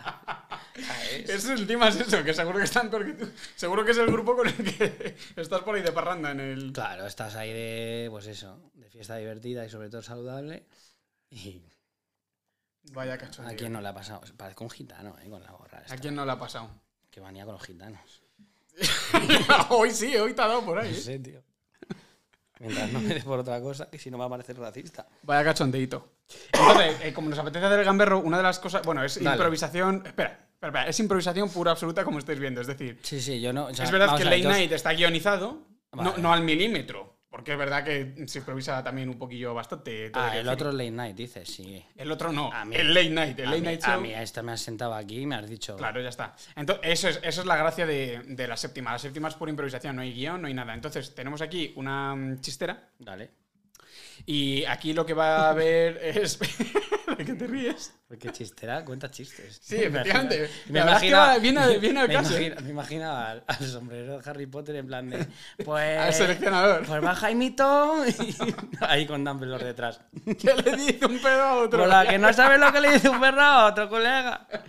B: (laughs) ¿sabes?
A: Es el tema es eso, que seguro que están peor que tú. Seguro que es el grupo con el que (laughs) estás por ahí de parranda en el.
B: Claro, estás ahí de, pues eso, de fiesta divertida y sobre todo saludable. Y
A: Vaya
B: a
A: cachondeo.
B: quién no le ha pasado. Parezco un gitano, ¿eh? Con la gorra.
A: ¿A
B: Esta.
A: quién no le ha pasado? (laughs)
B: Qué manía con los gitanos.
A: hoy sí, hoy te ha dado por ahí.
B: No
A: ¿eh?
B: sé, tío. Mientras no me des por otra cosa, que si no va a parecer racista.
A: Vaya cachondeito. Entonces, eh, como nos apetece hacer el gamberro, una de las cosas. Bueno, es
B: Dale.
A: improvisación. Espera, espera, espera, es improvisación pura absoluta, como estáis viendo. Es decir,
B: Sí, sí, yo no. o sea,
A: es verdad
B: vamos
A: que
B: a ver,
A: Late
B: yo-
A: Night está guionizado, no,
B: Vale.
A: no al milímetro. Porque es verdad que se improvisa también un poquillo bastante. todo hay
B: Ah,
A: que
B: el
A: decir.
B: otro late night, dices, sí.
A: El otro no.
B: A mí-
A: el late night. El
B: a
A: late
B: mí,
A: night
B: a
A: show.
B: mí a esta me has sentado aquí y me has dicho.
A: Claro, ya está. Entonces, eso es, eso es la gracia de, de la séptima. La séptima es pura improvisación, no hay guión, no hay nada. Entonces, tenemos aquí una mm, chistera
B: Dale.
A: y aquí lo que va a haber (laughs) es... ¿De qué te ríes?
B: Porque chistera cuenta chistes.
A: Sí,
B: (laughs) Me imagino-
A: efectivamente.
B: Me
A: La verdad es que va-
B: imagina,
A: viene a- viene al
B: me
A: caso,
B: imagina- me imaginaba al, al sombrero de Harry Potter en
A: (laughs)
B: plan de.
A: Al
B: Pues.
A: seleccionador.
B: (laughs)
A: (laughs)
B: Pues va Jaimito. (laughs) y- ahí con Dumbledore detrás.
A: Que le dice un pedo a otro.
B: Hola, que no sabes lo que le dice un perro a otro colega. (laughs)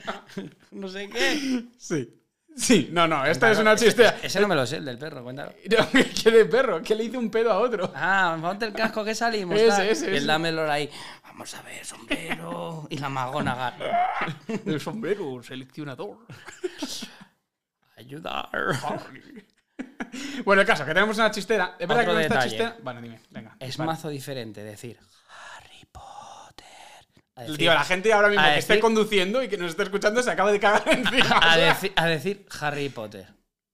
B: No sé qué.
A: Sí. Sí, no, no, esta es
B: (laughs)
A: una
B: Ese-
A: chistera. (laughs)
B: Ese no me lo sé, el del perro, cuéntalo.
A: No, ¿Qué de perro? que le dice un pedo a otro?
B: Ah, ponte el casco que salimos.
A: Ese,
B: tal.
A: ese,
B: y
A: ese.
B: el Dumbledore ahí. Vamos a ver, sombrero. Y la magónaga.
A: El sombrero, seleccionador.
B: Ayudar.
A: Bueno, el caso, que tenemos una chistera. Es verdad
B: Otro
A: que con esta
B: detalle.
A: chistera... Vale, dime, venga.
B: Es
A: Vale.
B: mazo diferente decir Harry Potter. A decir,
A: Tío, la gente ahora mismo
B: A
A: que esté
B: decir-
A: conduciendo y que nos esté escuchando se acaba de cagar
B: (laughs)
A: encima.
B: (laughs)
A: (laughs)
B: a
A: o sea.
B: deci- a decir Ah. Harry Potter.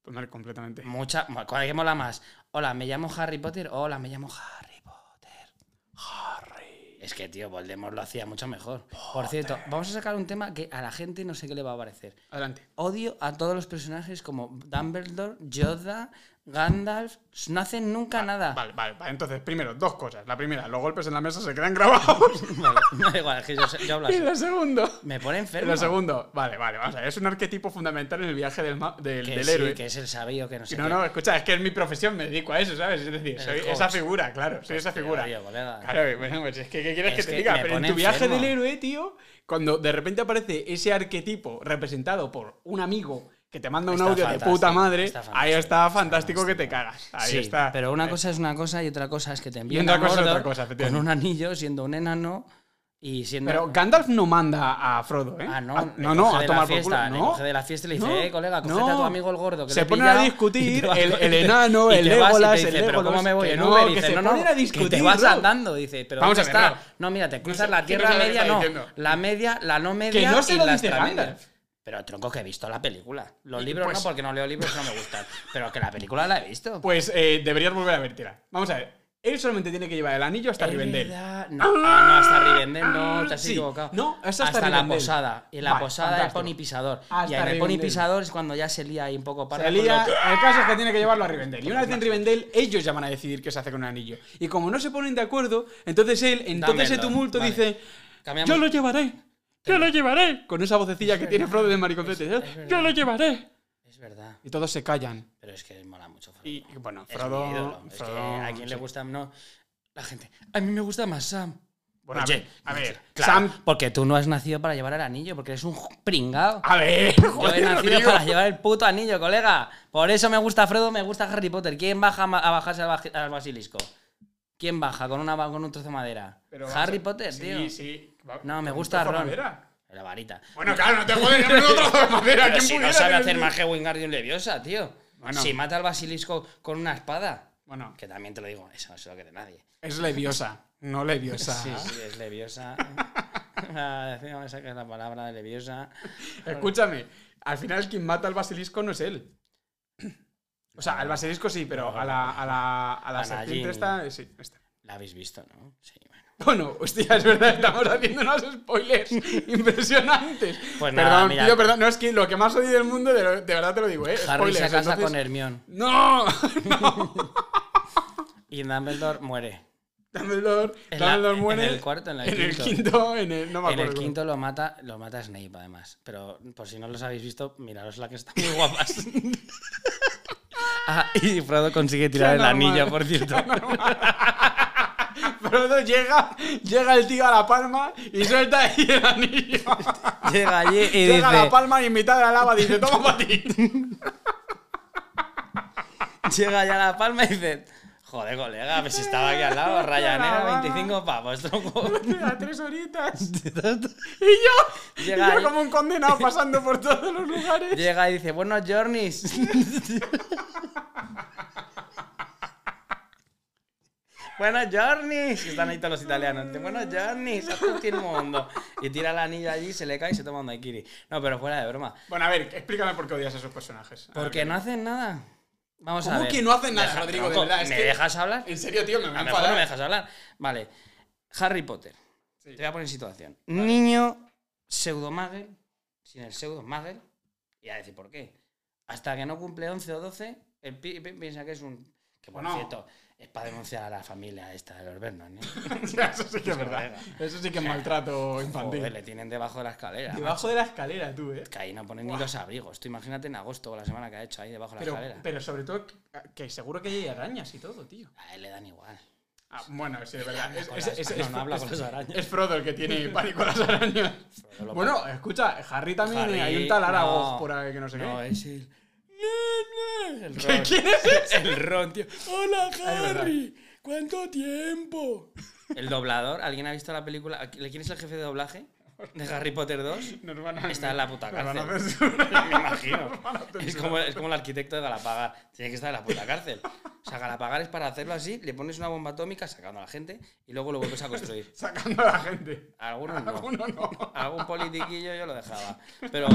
A: Pues no, completamente.
B: Mucha, ¿Cuál que mola más? Hola, me llamo Harry Potter. Hola, me llamo Harry Potter. Harry. Es que, tío, Voldemort lo hacía mucho mejor. Por cierto, vamos a sacar un tema que a la gente no sé qué le va a parecer.
A: Adelante.
B: Odio a todos los personajes como Dumbledore, Yoda, Gandalf no hacen nunca nada.
A: Vale, vale, vale. Entonces, primero, dos cosas. La primera, los golpes en la mesa se quedan grabados.
B: (laughs) Vale, (laughs) me da igual, es que yo, sé- yo
A: (laughs)
B: hablo
A: y
B: así.
A: la segunda.
B: Me pone enfermo.
A: Lo segundo, vale, vale, vamos a ver. Es un arquetipo fundamental en el viaje del, ma- del,
B: que
A: del
B: sí,
A: héroe.
B: que es el sabio, que no sé
A: no,
B: qué.
A: no, escucha, es que en mi profesión me dedico a eso, ¿sabes? Es decir,
B: El
A: soy
B: coach.
A: esa figura, claro, soy esa
B: Tío,
A: figura.
B: tío, colega.
A: Claro, bueno, pues es que, ¿qué quieres
B: Es
A: que te
B: que
A: diga?
B: me
A: Pero en
B: pone
A: tu viaje
B: enfermo.
A: del héroe, tío, cuando de repente aparece ese arquetipo representado por un amigo que te manda un
B: Está
A: audio de
B: fantástico,
A: puta madre,
B: está
A: ahí
B: fantástico,
A: está
B: está
A: fantástico que te cagas. Ahí
B: Sí,
A: está. Eh,
B: Pero una
A: Ahí.
B: cosa es una cosa y otra cosa es que te envíen
A: otra
B: a
A: cosa es otra
B: Mordor
A: cosa,
B: con
A: efectivamente.
B: un anillo siendo un enano y siendo
A: Pero Gandalf no manda a Frodo, ¿eh?
B: Ah, no,
A: A-
B: le
A: no, no,
B: coge
A: a
B: de la
A: tomar por
B: fiesta,
A: culo.
B: le
A: No.
B: coge de la fiesta y le dice,
A: No,
B: eh, colega,
A: no.
B: coged a tu amigo el gordo. Que
A: se
B: le he
A: ponen
B: pillado",
A: a
B: y
A: discutir
B: te vas
A: el,
B: con-
A: el enano,
B: y
A: el
B: te vas y
A: ébola,
B: te dice,
A: el
B: pero
A: Legolas,
B: ¿cómo me voy
A: que
B: en
A: no,
B: Uber?
A: que
B: Y dice,
A: se
B: no, no,
A: ponen a
B: que
A: discutir,
B: te vas
A: bro.
B: andando. Dice, pero
A: Vamos
B: ¿dónde
A: a ver,
B: está?
A: bro.
B: No, mira, te
A: No
B: cruzas
A: sé,
B: la
A: que no
B: tierra
A: sabe lo que
B: media,
A: está
B: no.
A: diciendo.
B: La media, la no media
A: Que no se
B: y
A: lo
B: la
A: dice
B: extramedia.
A: Gandalf.
B: Pero tronco que he visto la película. Los
A: Y,
B: libros
A: pues-
B: no, porque no leo libros, no me gustan. Pero que la película la he visto.
A: Pues eh, deberías volver a vértela. Vamos a ver. Él solamente tiene que llevar el anillo hasta
B: Es
A: Rivendell.
B: verdad. No, ah, no, hasta Rivendell no, te has
A: Ah, Sí.
B: equivocado.
A: No, es hasta
B: la
A: Rivendell.
B: posada. Y en la
A: Vale,
B: posada
A: fantástico.
B: el pony pisador. y
A: Hasta
B: en el pony
A: Rivendell.
B: pisador es cuando ya se lía ahí un poco para
A: Se lía- el caso es que tiene que llevarlo a Rivendell. Y una vez en Rivendell, ellos ya van a decidir qué se hace con el anillo. Y como no se ponen de acuerdo, entonces él, en todo ese
B: Dámelo,
A: tumulto,
B: vale.
A: dice:
B: Cambiamos.
A: Yo lo llevaré, yo lo llevaré. Con esa vocecilla que tiene Frodo de mariconcetes.
B: es verdad.
A: Yo lo llevaré.
B: Es verdad.
A: Y todos se callan.
B: Pero es que mola mucho Frodo.
A: Y bueno,
B: Es mi
A: Frodo.
B: ídolo. Es que
A: Frodo,
B: a quien le
A: sí.
B: gusta no. La gente. A mí me gusta más Sam.
A: Bueno, a
B: Oye,
A: ver, a ver,
B: claro,
A: Sam-
B: Porque tú no has nacido para llevar el anillo, porque eres un pringao.
A: A ver,
B: Yo he
A: joder,
B: nacido
A: Rodrigo.
B: para llevar el puto anillo, colega. Por eso me gusta Frodo, me gusta Harry Potter. ¿Quién baja ma- a bajarse al, baji- al basilisco? ¿Quién baja con, una, ba- con un trozo de madera?
A: Pero vamos
B: Harry
A: a-
B: Potter,
A: sí,
B: tío.
A: Sí, Va-
B: No, me
A: con
B: gusta
A: trozo de
B: Ron.
A: madera.
B: La varita.
A: Bueno, claro, no te
B: (laughs)
A: jodes, yo me doy otro trozo de madera.
B: Pero
A: ¿quién
B: si no
A: pudiera
B: sabe
A: tener-
B: hacer más que Wingardium Leviosa, tío.
A: Bueno.
B: Si mata al basilisco con una espada.
A: Bueno,
B: Que también te lo digo, eso no es lo que de nadie.
A: es leviosa, no leviosa.
B: Sí, sí,
A: (laughs)
B: es leviosa. Ah, Encima me sacas la palabra de leviosa.
A: Escúchame, al final quien mata al basilisco no es él. O sea, al basilisco sí, pero a la, a la, a la
B: A la
A: serpiente
B: Ginny.
A: esta, eh, sí, esta.
B: La habéis visto, ¿no? Sí, bueno.
A: Bueno, hostia, es verdad, estamos haciendo unos
B: (laughs)
A: spoilers impresionantes.
B: Pues nada,
A: perdón,
B: mira.
A: tío, perdón. No, es que lo que más odio del mundo, de, lo- de verdad te lo digo, ¿eh?
B: Harry se
A: spoilers,
B: casa
A: entonces-
B: con Hermión
A: ¡No! (laughs)
B: (laughs)
A: ¡No!
B: y Dumbledore muere.
A: Dumbledore,
B: En la-
A: Dumbledore
B: en
A: muere.
B: el cuarto, en el quinto.
A: quinto, en el- no me
B: En
A: acuerdo.
B: el quinto lo mata, lo mata Snape, además. Pero por si no los habéis visto, miraros la que están muy
A: (laughs)
B: guapas. ah, y Frodo consigue tirar el
A: normal.
B: anillo, por cierto.
A: Frodo llega, llega el tío a La Palma y suelta ahí el anillo.
B: (laughs) Llega allí y
A: llega a La
B: dice.
A: Palma y en mitad de la lava dice, toma para
B: (laughs)
A: ti.
B: (laughs) Llega ya la palma y dice. Joder, colega, pues si estaba aquí al
A: (laughs)
B: lado, Ryanair, 25 pavos, tronco.
A: A tres horitas. y yo,
B: Llega
A: y yo
B: ahí.
A: como un condenado pasando por todos los lugares.
B: Llega y dice, buenos
A: (laughs)
B: journeys. buenos journeys. Que Están ahí todos los italianos. Dice, buenos journeys a todo el mundo. Y tira el anillo allí, se le cae y se toma un daiquiri. No, pero fuera de broma.
A: Bueno, a ver, explícame por qué odias a esos personajes. A
B: Porque
A: ver.
B: no hacen nada. Vamos a
A: Ah, ¿Cómo
B: ver.
A: que no hacen nada,
B: Deja-
A: Rodrigo? De
B: tronco,
A: verdad, es
B: ¿Me
A: que-
B: dejas hablar?
A: En serio, tío, me voy
B: A
A: a
B: lo mejor no me
A: enfadar.
B: dejas hablar. Vale. Harry Potter.
A: Sí.
B: Te voy a poner en situación. Niño pseudo Magel, sin el pseudo Magel, y a decir por qué. Hasta que no cumple 11 o 12, el pi- pi- piensa que es un. Que por
A: Bueno.
B: cierto, es para denunciar a la familia esta de los
A: (laughs)
B: Vernon, ¿eh?
A: (laughs) Eso sí que es verdad. Eso sí que es maltrato infantil.
B: Joder, le tienen debajo de la escalera.
A: Debajo de la escalera, tú, eh.
B: macho. Que ahí no ponen ni los abrigos. Tú imagínate en agosto o la semana que ha hecho ahí debajo de la
A: Pero,
B: escalera.
A: pero sobre todo, que- que seguro que hay arañas y todo, tío.
B: A él le dan igual.
A: Ah, bueno, sí, es verdad. Es,
B: con
A: es-
B: las-
A: es-
B: no,
A: es-
B: no habla
A: es-
B: con las arañas.
A: es Frodo el que tiene pánico a las arañas.
B: Frodo lo
A: Bueno, escucha, Harry también eh, hay un tal Aragog por ahí que no sé
B: No, eh.
A: qué.
B: es el. El
A: ¿eh? ¿Qué-
B: Ron.
A: ¿Quién es ese?
B: (laughs) El Ron, tío. ¡Hola,
A: Ah, verdad.
B: ¿Cuánto tiempo? El doblador, ¿alguien ha visto la película? ¿A qui- ¿Quién es el jefe de doblaje? ¿De Harry Potter
A: (laughs)
B: 2?
A: Nos van a-
B: Está en la puta
A: nos van a
B: cárcel.
A: censurar. (laughs)
B: Me imagino.
A: Nos van a
B: Es
A: censurar.
B: como, es como el arquitecto de Galapagar. Tiene que estar en la puta cárcel. O sea, Galapagar es para hacerlo así, le pones una bomba atómica sacando a la gente y luego lo vuelves a construir.
A: Sacando a la gente.
B: Algunos no.
A: Alguno no.
B: Algún politiquillo yo lo dejaba. Pero,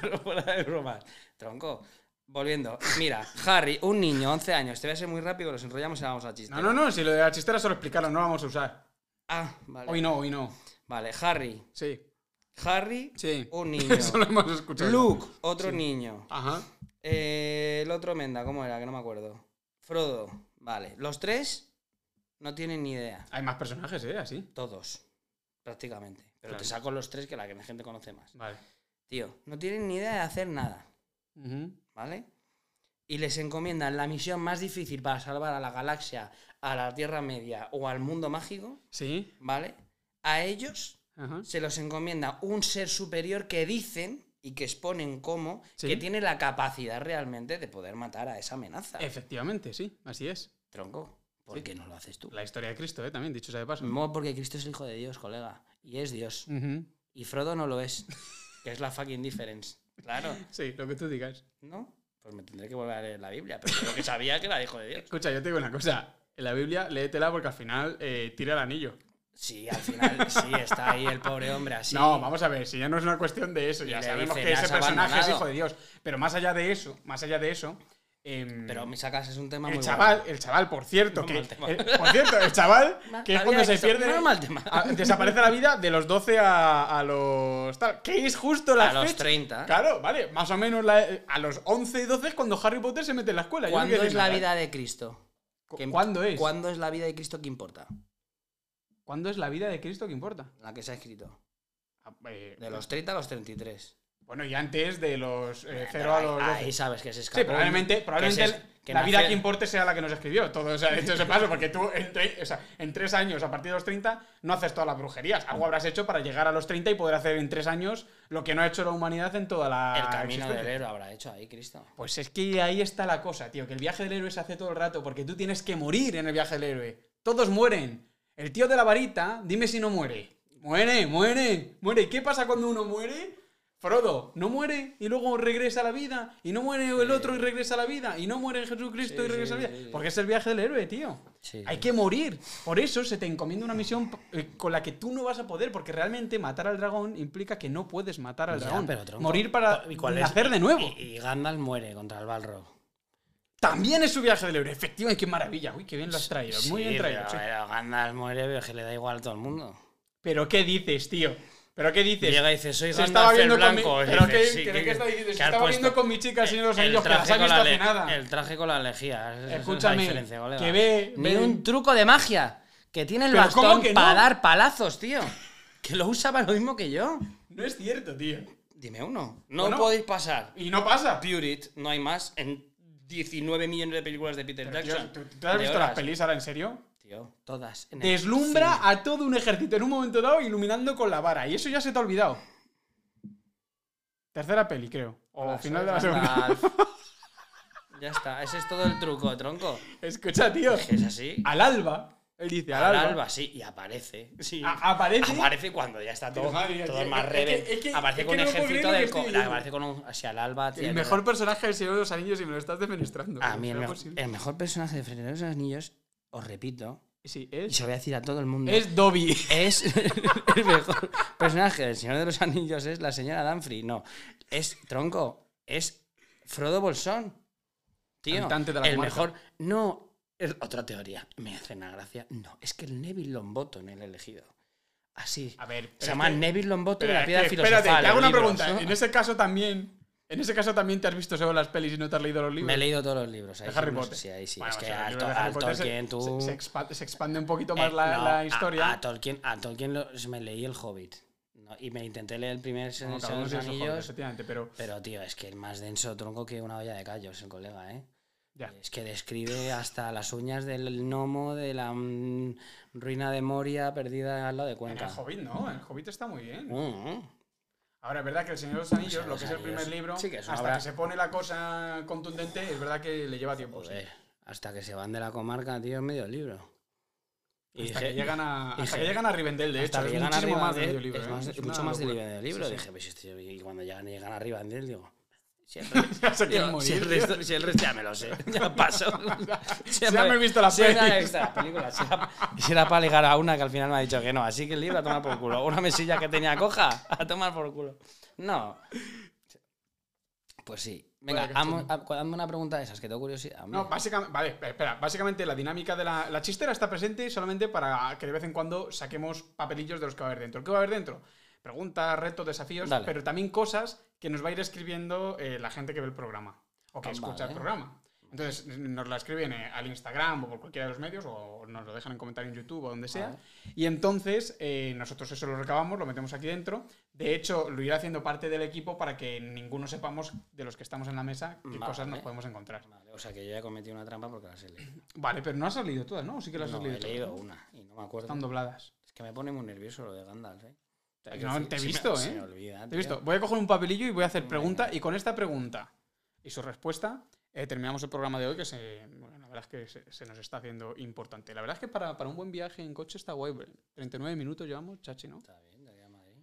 B: pero fuera de bromas. Tronco. Volviendo. Mira, Harry, un niño, 11 años. Te voy a ser muy rápido, los enrollamos y vamos a chiste.
A: No, no, no, si lo de la chistera solo explicaron, no lo vamos a usar.
B: Ah, vale.
A: Hoy no, hoy no.
B: Vale, Harry.
A: Sí.
B: Harry,
A: Sí. (laughs)
B: un niño.
A: Eso lo hemos escuchado.
B: Luke, otro niño.
A: Ajá.
B: Eh, el otro Menda, ¿cómo era? Que no me acuerdo. Frodo, vale. Los tres no tienen ni idea.
A: Hay más personajes, ¿eh? Así.
B: Todos, prácticamente. Pero
A: Claro.
B: te saco los tres que la que la gente conoce más.
A: Vale.
B: Tío, no tienen ni idea de hacer nada,
A: Ujú.
B: ¿vale? Y les encomiendan la misión más difícil para salvar a la galaxia, a la Tierra Media o al mundo mágico,
A: Sí.
B: ¿vale? A ellos
A: Ajá.
B: se los encomienda un ser superior que dicen y que exponen como
A: Sí.
B: que tiene la capacidad realmente de poder matar a esa amenaza.
A: Efectivamente, sí. Así es.
B: Tronco, ¿por qué no lo haces tú?
A: La historia de Cristo, ¿eh? También, dicho sea de paso.
B: No, porque Cristo es el hijo de Dios, colega. Y es Dios.
A: Ujú.
B: Y Frodo no lo (laughs) es. Que es la fucking difference. Claro.
A: Sí, lo que tú digas.
B: ¿No? Pues me tendré que volver a leer la Biblia. Pero creo que sabía que era el hijo de Dios.
A: Escucha, yo te digo una cosa. En la Biblia, léetela porque al final eh, tira el anillo.
B: (laughs) Sí, al final sí está ahí el pobre hombre así.
A: No, vamos a ver, si ya no es una cuestión de eso,
B: Y
A: ya
B: le
A: sabemos
B: dice,
A: que
B: "Me
A: ese
B: has
A: personaje es
B: abandonado".
A: hijo de Dios. Pero más allá de eso, más allá de eso. em,
B: Pero me sacas es un tema
A: el
B: muy
A: chaval, el chaval, por cierto,
B: Muy
A: que,
B: mal tema.
A: eh, por cierto, el
B: (laughs)
A: chaval,
B: Mal-
A: que es
B: había
A: cuando se
B: que so-
A: pierde,
B: muy mal tema.
A: a- desaparece la vida de los 12 a, a los tal, que es justo la
B: A los
A: fecha.
B: 30.
A: Claro, vale, más o menos la- a los 11 y 12 es cuando Harry Potter se mete en la escuela.
B: bueno.
A: Yo no
B: ¿Cuándo
A: quiero
B: es
A: decir
B: la
A: nada.
B: vida de Cristo?
A: Cu-
B: ¿Qué imp-
A: ¿Cuándo es?
B: ¿Cuándo es la vida de Cristo que importa?
A: ¿Cuándo es la vida de Cristo que importa?
B: La que se ha escrito.
A: Ah, eh,
B: De los 30 a los 33.
A: Bueno, y antes de los eh, 0
B: Pero
A: a
B: ahí-
A: los 12.
B: Ahí sabes que se escapó.
A: Sí, probablemente,
B: que
A: probablemente
B: se- que
A: la vida
B: nació-
A: que importe sea la que nos escribió. Todo o sea, hecho ese paso, porque tú en, tre- o sea, en tres años, a partir de los 30, no haces todas las brujerías. Algo habrás hecho para llegar a los 30 y poder hacer en tres años lo que no ha hecho la humanidad en toda la.
B: El camino
A: existencia.
B: del héroe habrá hecho ahí Cristo.
A: Pues es que ahí está la cosa, tío, que el viaje del héroe se hace todo el rato, porque tú tienes que morir en el viaje del héroe. Todos mueren. El tío de la varita, dime si no muere. Muere, muere, muere. ¿Y qué pasa cuando uno muere? Frodo no muere y luego regresa a la vida. Y no muere el otro y regresa a la vida. Y no muere Jesucristo y
B: Sí,
A: regresa a la
B: sí,
A: vida.
B: sí, sí.
A: Porque es el viaje del héroe, tío.
B: Sí,
A: Hay
B: sí.
A: que morir. Por eso se te encomienda una misión eh, con la que tú no vas a poder, porque realmente matar al dragón implica que no puedes matar al
B: Ya,
A: dragón.
B: pero, tronco,
A: morir para
B: ¿y cuál es?
A: nacer de nuevo.
B: Y, y Gandalf muere contra el Balrog.
A: También es su viaje del héroe. Efectivamente, qué maravilla. Uy, qué bien lo has traído. Muy
B: Sí, eh.
A: bien traído.
B: Pero,
A: sí.
B: pero Gandalf muere, pero es que le da igual a todo el mundo.
A: Pero qué dices, tío. Pero qué dices.
B: Llega y dice, soy
A: se
B: Gandalf
A: estaba viendo
B: el
A: con mi...
B: blanco. Y
A: Pero
B: dice,
A: qué, qué-
B: sí, ¿qué-
A: qué está diciendo.
B: qué
A: Se
B: has
A: estaba viendo
B: puesto?
A: con mi chica así los
B: Eh, El
A: anillos que las ha
B: traje
A: visto
B: con la
A: hace
B: le-
A: nada.
B: El traje con la lejía. Esa es la
A: Escúchame,
B: diferencia, colega.
A: que ve-
B: Ni
A: ve-
B: un truco de magia. Que tiene el
A: Pero ¿cómo
B: bastón
A: que no?
B: para dar palazos, tío. (laughs) Que lo usaba lo mismo que yo.
A: No es cierto, tío.
B: Dime uno. No
A: Bueno.
B: podéis pasar.
A: Y no pasa.
B: Purit, no hay más en 19 millones de películas de Peter
A: Pero, tío,
B: Jackson.
A: ¿tú, tú has
B: De
A: visto las
B: horas.
A: pelis ahora en serio?
B: Tío, todas. en el
A: Deslumbra a todo un ejército en un momento dado iluminando con la vara. Y eso ya se te ha olvidado. Tercera peli, creo. O
B: Hola,
A: final
B: soy
A: de la segunda.
B: Gandalf. Ya está, ese es todo el truco, tronco.
A: (laughs) Escucha, tío.
B: Es que es así.
A: Al alba. Él dice, al,
B: Al
A: alba.
B: alba, sí, y aparece. Ah, Sí.
A: A- aparece.
B: Aparece cuando ya está todo,
A: Pero madre mía,
B: todo
A: tío,
B: más
A: es que-
B: rebel.
A: es que- es
B: aparece
A: que
B: con un
A: no puedo creer
B: ejército
A: lo que
B: de.
A: estoy
B: co-
A: diciendo.
B: Aparece con un. Hacia el alba. hacia
A: El
B: el-
A: mejor personaje del Señor de los Anillos y me lo estás defenestrando.
B: A
A: tío,
B: mí, el,
A: no es
B: mejor-
A: posible.
B: el mejor personaje de Fernando de los Anillos, os repito,
A: Sí,
B: y
A: es.
B: se lo voy a decir a todo el mundo.
A: Es Dobby.
B: es (laughs) el mejor personaje del Señor de los Anillos es la señora Danfrey. No, es Tronco, es Frodo Bolsón. Tío,
A: Cantante de la
B: el
A: comarca.
B: mejor. No, es otra teoría. Me hace una gracia. No, es que el Neville Lombottom, el elegido. Así.
A: A ver,
B: Se
A: pero
B: llama
A: es que-
B: Neville Lombottom
A: Pero
B: de la
A: es
B: piedra
A: que,
B: filosofal.
A: espérate, te hago
B: el
A: una
B: libro,
A: pregunta. ¿eh?
B: ¿no?
A: En este ese caso también. En ese caso también te has visto solo las pelis y no te has leído los libros.
B: Me he leído todos los libros. Ahí
A: de
B: sí,
A: Harry
B: no sé
A: Potter.
B: si ahí sí.
A: Bueno,
B: es
A: o
B: que
A: sea, el
B: al,
A: libro
B: to-
A: de Harry
B: al
A: Potter se-
B: Tolkien tú...
A: Se, se expa- se expande un poquito
B: Eh,
A: más la,
B: no,
A: la
B: a-
A: historia.
B: A, Tolkien, a Tolkien lo- se me leí el Hobbit. ¿no? Y me intenté leer el primer
A: Como
B: Señor
A: cada
B: de
A: uno
B: los
A: tiene su hobby,
B: Anillos.
A: efectivamente, pero
B: Pero, tío, es que el más denso tronco que una olla de callos, el colega, ¿eh?
A: ya.
B: Es que describe hasta las uñas del gnomo de la mm, ruina de Moria perdida al lado de
A: En el
B: Cuenca.
A: Hobbit no, el Hobbit está muy bien.
B: Mm,
A: Ahora, es verdad que El Señor de los Anillos,
B: Señor de
A: lo que
B: los
A: es el primer
B: Anillos.
A: libro,
B: Sí que es una
A: hasta
B: obra-
A: que se pone la cosa contundente, es verdad que le lleva tiempo. sí.
B: joder, hasta que se van de la comarca, tío, es medio libro. Y
A: Hasta
B: dije-
A: que llegan a, hasta
B: y dije-
A: que llegan a Rivendell, de
B: hasta
A: hecho.
B: que
A: es
B: llegan
A: muchísimo
B: arriba
A: más de
B: de-
A: medio libro.
B: es
A: ¿eh?
B: más-
A: Es una
B: mucho más de
A: locura.
B: libro del libro.
A: Sí, sí.
B: Dije, pues, este- y cuando llegan, llegan arriba de él, digo. Si el, re-
A: (laughs) Ya se quiere
B: digo,
A: morir,
B: si el
A: tío.
B: resto, si el resto ya me lo sé, (laughs) ya pasó.
A: (laughs) ya me he visto
B: (laughs)
A: la
B: si era
A: peli.
B: esta la película. Si era, si era para ligar a una que al final me ha dicho que no, así que el libro a tomar por culo. Una mesilla que tenía coja, a tomar por culo. No. Pues sí. Venga,
A: Vaya
B: hazme
A: cachondeo.
B: hazme una pregunta de esas que tengo curiosidad. hombre.
A: No, básicamente, vale, espera, básicamente la dinámica de la, la chistera está presente solamente para que de vez en cuando saquemos papelillos de los que va a haber dentro. ¿Qué va a haber dentro? Preguntas, retos, desafíos,
B: Dale.
A: pero también cosas que nos va a ir escribiendo eh, la gente que ve el programa o que
B: Ah,
A: escucha
B: vale.
A: el programa. Entonces nos la escriben eh, al Instagram o por cualquiera de los medios o nos lo dejan en comentario en YouTube o donde sea. Y entonces eh, nosotros eso lo recabamos, lo metemos aquí dentro. De hecho, lo irá haciendo parte del equipo para que ninguno sepamos de los que estamos en la mesa qué
B: Vale.
A: cosas nos podemos encontrar.
B: Vale, o sea que yo ya cometí una trampa porque las he leído.
A: Vale, pero no has salido todas, ¿no? ¿O Sí que las
B: No,
A: has leído.
B: he
A: todas?
B: leído una y no me acuerdo.
A: Están dobladas.
B: Es que me pone muy nervioso lo de Gandalf, ¿eh? O sea,
A: No,
B: quiero decir,
A: te he
B: se me-
A: visto,
B: se me
A: ¿eh?
B: olvida,
A: Te
B: tío.
A: he visto. Voy a coger un papelillo y voy a hacer
B: Venga.
A: pregunta. Y con esta pregunta y su respuesta eh, terminamos el programa de hoy, que se, bueno, la verdad es que se, se nos está haciendo importante. La verdad es que para, para un buen viaje en coche está guay. pero 39 minutos llevamos, chachi, ¿no?
B: Está bien, de aquí a Madrid.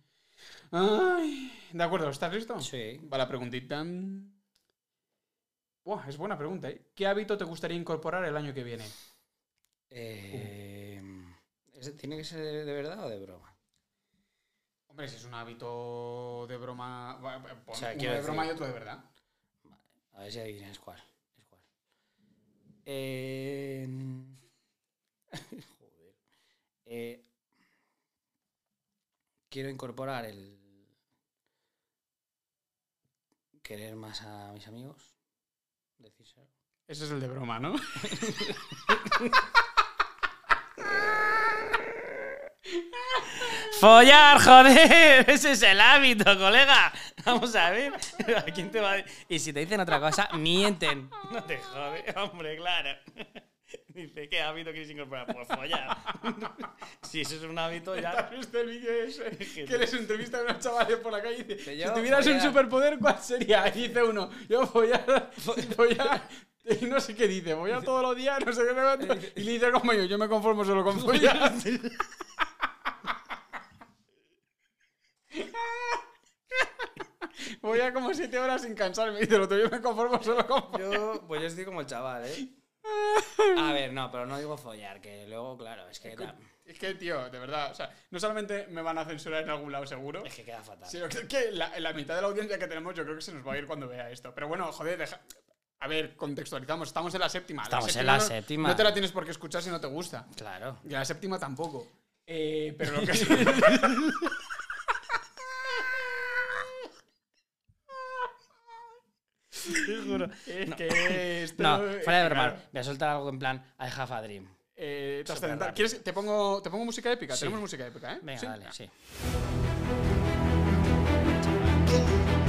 A: Ay, de acuerdo, ¿estás listo?
B: Sí.
A: Va la preguntita. Buah, es buena pregunta, ¿eh? ¿Qué hábito te gustaría incorporar el año que viene?
B: Eh, ¿ese ¿Tiene que ser de verdad o de broma?
A: Hombre, si es un hábito de broma. va, va, pon
B: O sea,
A: uno
B: quiero
A: de broma y
B: decir-
A: otro de verdad.
B: A ver si adivinas cuál. Es cuál. Eh, (laughs) joder. Eh, quiero incorporar el querer más a mis amigos. Decírselo.
A: Ese es el de broma, ¿no?
B: ¡Follar, joder! (laughs) Ese es el hábito, colega. Vamos a ver. (laughs) ¿A quién te va a- Y si te dicen otra cosa, mienten. No te jode, hombre, claro. Dice, ¿qué hábito quieres incorporar? Pues follar. Si eso es un hábito,
A: ¿Has (laughs)
B: ya.
A: visto el vídeo
B: (laughs)
A: ese?
B: Genial.
A: Que les entrevista a unos chavales por la calle y
B: Que
A: dice,
B: yo
A: si tuvieras un
B: follar".
A: superpoder, ¿cuál sería? Y dice uno, yo
B: (laughs)
A: follar, follar, y no sé qué dice, follar todos los días, no sé qué, no sé
B: (laughs)
A: cuánto. y le dice el compañero, yo me conformo solo con follar. (laughs) Voy a como siete horas sin cansarme, dice el otro, yo me conformo solo con follar.
B: Yo, pues yo estoy como el chaval, ¿eh? A ver, no, pero no digo follar, que luego, claro, es que, da-
A: Es que, tío, de verdad, o sea, no solamente me van a censurar en algún lado seguro,
B: es que queda fatal.
A: Sí, yo creo que la, la mitad de la audiencia que tenemos yo creo que se nos va a ir cuando vea esto. Pero bueno, joder, deja- A ver, contextualizamos. Estamos en la séptima.
B: Estamos en la
A: no-
B: séptima.
A: No te la tienes por qué escuchar si no te gusta.
B: Claro.
A: Y la séptima tampoco. Eh, pero
B: (laughs)
A: lo que sí- Es que esto-
B: No, fuera de
A: es que,
B: broma,
A: eh, claro,
B: voy a soltar algo en plan, I have a dream.
A: eh, trascendental.
B: rápido.
A: ¿Quieres- te, pongo, te pongo música épica.
B: Sí.
A: Tenemos música épica, ¿eh?
B: Venga,
A: Sí.
B: dale, sí.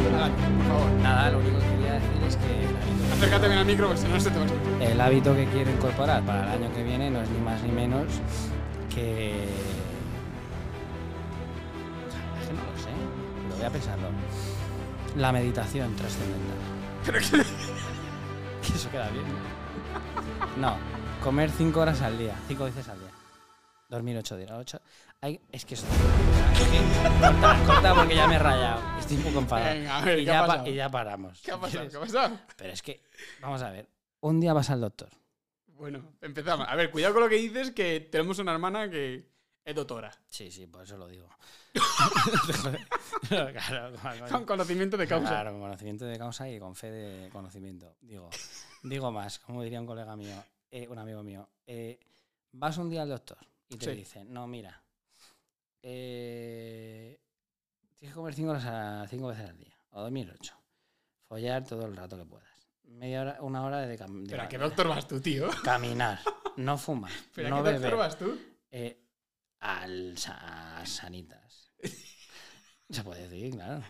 A: Adelante, por favor.
B: Nada, lo único que quería decir es que el hábito-
A: Acércate bien al micro porque si no, se te va a escuchar.
B: el hábito que quiero incorporar para el año que viene no es ni más ni menos que... Ah, Es que no lo sé, lo voy a pensarlo. La meditación trascendental. que... (laughs) eso queda bien. No, comer cinco horas al día, cinco veces al día. Dormir ocho días, ocho... Ay, es que eso... (laughs) corta, corta porque ya me he rayado. Estoy un poco enfadado.
A: Venga, Eh, a ver,
B: y,
A: ¿qué ha
B: ya pa-
A: pasado?
B: y ya paramos.
A: ¿Qué ha pasado?
B: ¿Quieres?
A: ¿Qué ha pasado?
B: Pero es que, vamos a ver, un día vas al doctor.
A: Bueno, empezamos. A ver, cuidado con lo que dices, que tenemos una hermana que es doctora.
B: Sí, sí, por eso lo
A: (laughs)
B: digo. (laughs) claro, como-
A: Con conocimiento de causa.
B: Claro, con conocimiento de causa y con fe de conocimiento. Digo, digo más, como diría un colega mío, eh, un amigo mío, eh, vas un día al doctor y te
A: Sí.
B: dice, no, mira, eh, tienes que comer cinco, horas a- cinco veces al día, o dormir ocho, follar todo el rato que puedas, media hora, una hora de, cam- de
A: Pero ¿a qué
B: caminar,
A: doctor vas tú, tío? (laughs)
B: caminar, no fumar,
A: ¿Pero
B: no
A: a qué doctor
B: beber,
A: vas tú?
B: eh, al sa- a sanitas. (laughs) Se puede decir, claro.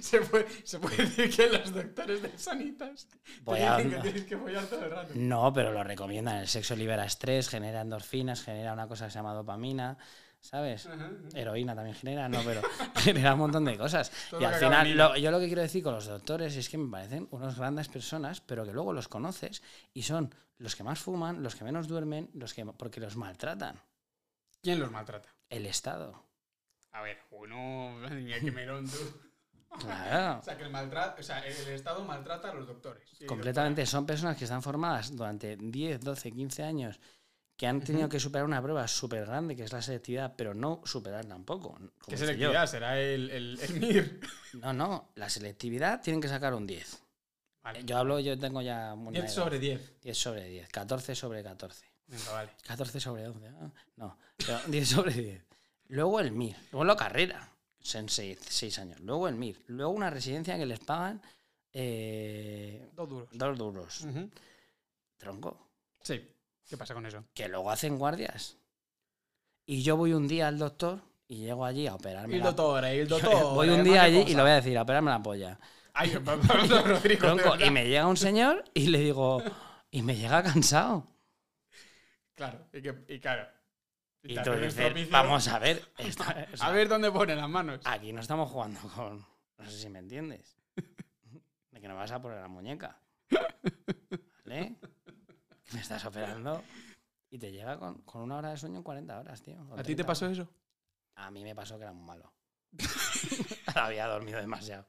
A: Se puede, se puede decir que los doctores de sanitas
B: Voy
A: te
B: a-
A: dicen que tienes que follar todo el rato.
B: No, pero lo recomiendan. El sexo libera estrés, genera endorfinas, genera una cosa que se llama dopamina, ¿sabes? Heroína también genera, no,
A: (laughs)
B: pero genera un montón de cosas.
A: Todo
B: y
A: lo
B: al
A: que acaba en
B: final,
A: ina.
B: lo- yo lo que quiero decir con los doctores es que me parecen unos grandes personas, pero que luego los conoces y son los que más fuman, los que menos duermen, los que porque los maltratan.
A: ¿Quién los maltrata? (laughs)
B: El Estado.
A: A ver, uno, madre mía, qué melón tú.
B: Claro.
A: O sea, que el, maltrato, o sea, el, el Estado maltrata a los doctores. Sí,
B: Completamente, son personas que están formadas durante 10, 12, 15 años, que han tenido que superar una prueba súper grande, que es la selectividad, pero no superar tampoco. como
A: doctor. ¿Qué
B: hice yo.
A: selectividad? ¿Será el, el, el (laughs) MIR?
B: No, no, la selectividad tienen que sacar un 10.
A: Vale.
B: Yo hablo, yo tengo ya una
A: 10
B: edad.
A: sobre 10.
B: 10 sobre 10, 14 sobre 14,
A: Venga, vale.
B: 14 sobre 11, ah, no, pero (laughs) 10 sobre 10. Luego el MIR, luego la carrera, son 6 años, luego el MIR, luego una residencia que les pagan eh,
A: Dos duros. Mm.
B: dos duros.
A: Ujú.
B: Tronco,
A: Sí. ¿Qué pasa con eso?
B: que luego hacen guardias. Y yo voy un día al doctor y llego allí a operarme.
A: El
B: la-
A: doctor, eh, el
B: Yo
A: doctor.
B: voy un
A: eh,
B: día
A: cualquier
B: allí y
A: cosa.
B: lo voy a decir, a operarme
A: (laughs)
B: la polla.
A: Ay, pa- pa- pa-
B: (laughs)
A: Rodrigo, de
B: Tronco,
A: verdad.
B: y me llega un señor y le digo, y me llega cansado.
A: Claro, y, que, y claro.
B: Y
A: te
B: tú
A: hacen el
B: dices,
A: propicio.
B: vamos Ah, a ver.
A: (laughs)
B: esta- o sea,
A: A ver dónde ponen las manos.
B: Aquí no estamos jugando con. No sé si me entiendes.
A: (laughs)
B: De que no vas a poner la muñeca. ¿Vale? Que me estás operando y te llega con, con una hora de sueño en 40 horas, tío. o
A: ¿A ti te
B: 30
A: pasó
B: horas.
A: eso? (laughs)
B: A mí me pasó que era muy malo. Había dormido demasiado.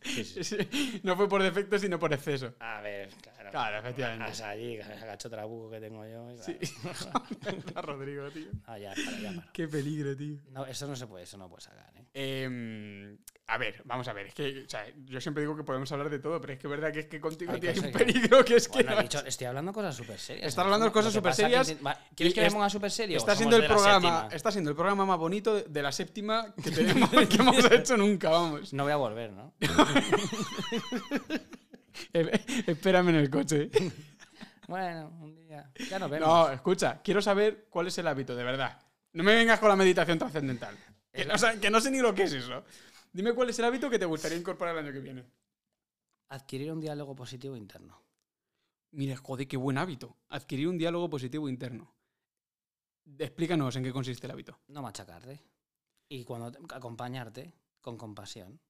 B: Sí, sí.
A: No fue por defecto, sino por exceso. (laughs)
B: A ver, claro.
A: Claro, efectivamente.
B: Vas allí, con el gacho trabuco que tengo yo. y
A: Sí. A Rodrigo, tío.
B: claro. No, ya, para, ya, para.
A: Qué peligro, tío.
B: No, eso no se puede, eso no puede sacar,
A: (laughs)
B: ¿eh?
A: Eh, a ver, vamos a ver. Es que, o sea, yo siempre digo que podemos hablar de todo, pero es que es verdad que es que contigo
B: Hay
A: tío, hay un
B: cosas que-
A: peligro que es que.
B: Bueno, he dicho, estoy hablando cosas súper serias.
A: Estás hablando de
B: Lo que
A: cosas súper
B: pasa que
A: serias
B: te- va, ¿Quieres
A: y
B: que le
A: es-
B: ponga súper serio?
A: Está
B: o
A: siendo,
B: somos
A: el
B: de la
A: programa,
B: séptima?
A: está siendo el programa más bonito de, de la séptima
B: (laughs)
A: que, tenemos, que hemos hecho nunca, vamos.
B: No voy a
A: (laughs)
B: volver, ¿no?
A: Eh, (laughs) espérame en el coche.
B: Bueno, un día. Ya nos vemos.
A: No, escucha, quiero saber cuál es el hábito, de verdad. No me vengas con la meditación trascendental. Que, no- o sea, que no sé ni lo que es eso. Dime cuál es el hábito que te gustaría incorporar el año que viene.
B: Adquirir un diálogo positivo interno.
A: Mira, joder, qué buen hábito. Adquirir un diálogo positivo interno. Explícanos en qué consiste el hábito.
B: No machacarte. Y cuando te- acompañarte con compasión.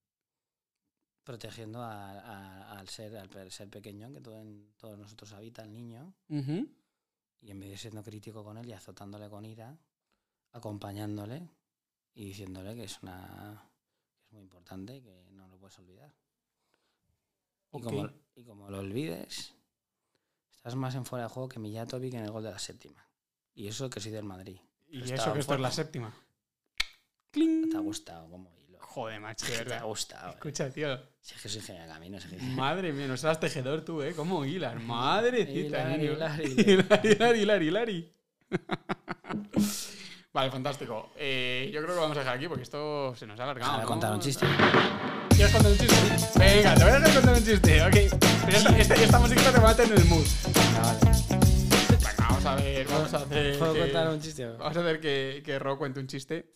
B: Protegiendo a- a- al ser al pe- ser pequeño que todo en- todos nosotros habita, el niño. Y en vez de siendo crítico con él y azotándole con ira, acompañándole y diciéndole que es una que es muy importante y que no lo puedes olvidar. Y, como,
A: Ok.
B: y como lo olvides, estás más en fuera de juego que Mijatovic en el gol de la séptima. Y eso que soy del Madrid.
A: Y
B: Pero
A: eso
B: estaba
A: que esto es la
B: fuerte.
A: séptima.
B: Te ha
A: ¡Cling!
B: gustado como hilo.
A: Joder, macho, de
B: Te ha
A: verdad.
B: gustado. eh.
A: Escucha, tío.
B: Si es que soy genial camino, si es que-
A: Madre mía, no seas tejedor tú, ¿eh? ¿Cómo hilar? Madrecita,
B: Hilar,
A: niño. (laughs)
B: hilar,
A: Hilar, hilar, hilar, hilari. (laughs) Vale, fantástico. Eh, yo creo que lo vamos a dejar aquí porque esto se nos ha alargado.
B: Ahora
A: ¿no?
B: contar un chiste.
A: ¿Quieres contar un chiste? Venga, te voy a hacer contar un chiste, ok. Pero esta, esta, esta musiquita te va a tener el mood. Venga, vamos a ver, vamos a hacer.
B: ¿Puedo
A: que-
B: contar un chiste?
A: Vamos a hacer que, que Ro cuente un chiste.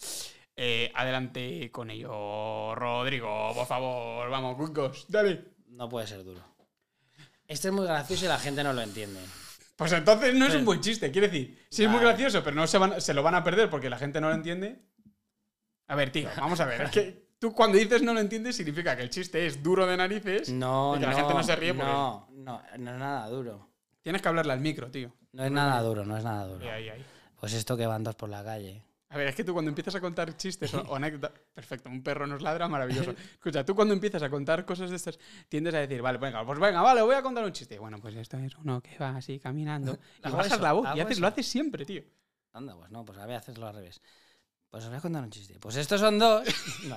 A: Eh, adelante con ello, Rodrigo, por favor. Vamos, cuicos, dale.
B: No puede ser duro. Este es muy gracioso y la gente no lo entiende.
A: Pues entonces no es un buen chiste, quiero decir. Sí es muy
B: Vale.
A: gracioso, pero no se, van- se lo van a perder porque la gente no lo entiende. A ver, tío, vamos a
B: (laughs)
A: ver. Es que tú cuando dices no lo entiendes significa que el chiste es duro de narices
B: No,
A: y que
B: no,
A: la gente no se ríe porque
B: No, no, no es nada duro.
A: tienes que hablarle al micro, tío.
B: No es nada duro, no es nada duro.
A: Ahí, ahí, ahí.
B: Pues esto que van dos por la calle.
A: A ver, es que tú cuando empiezas a contar chistes
B: (laughs)
A: o, o anécdotas... Perfecto, un perro nos ladra, maravilloso. Escucha, tú cuando empiezas a contar cosas de estas, tiendes a decir, vale, venga, pues venga, vale, voy a contar un chiste. Bueno, pues esto es uno que va así
B: (laughs)
A: caminando y
B: Hago
A: bajas
B: eso,
A: la voz y
B: hago
A: haces,
B: eso.
A: lo haces siempre, tío.
B: Anda, pues no, pues a ver, hacerlo al revés. Pues os voy a contar un chiste. Pues estos son dos. (laughs) No.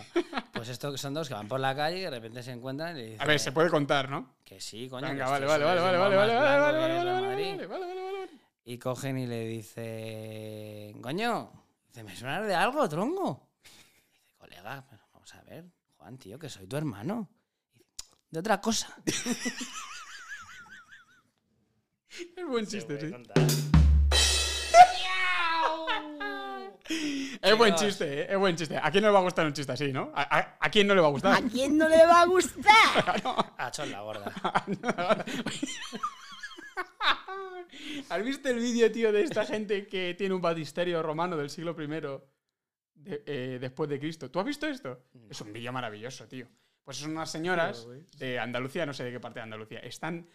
B: Pues estos son dos que van por la calle y de repente se encuentran y le dicen.
A: A ver, se puede contar, ¿no?
B: Que sí, coño.
A: Venga,
B: que
A: vale, vale,
B: este solo
A: vale, vale,
B: es un
A: vale,
B: más
A: vale, vale, vale,
B: blanco que
A: vale, vale,
B: es la
A: vale,
B: Madrid.
A: vale, vale, vale, vale.
B: Y cogen y le dicen. Coño, dice, ¿me suena de algo, tronco? Dice, colega, pero vamos a ver, Juan, tío, que soy tu hermano. Dice, de otra cosa.
A: Es buen chiste, sí. (laughs) Es
B: Chicos.
A: buen chiste, eh, es buen chiste. ¿A quién no le va a gustar un chiste así, no? ¿A, a- a quién no le va a
C: ¿A
A: gustar?
C: quién no le va a gustar?
B: Ah, chon la gorda.
A: ¿Has visto el vídeo, tío, de esta gente que tiene un batisterio romano del siglo I de- eh, después de Cristo? ¿Tú has visto esto?
B: Mm.
A: Es un vídeo maravilloso, tío. Pues son unas señoras de Andalucía, no sé de qué parte de Andalucía. Están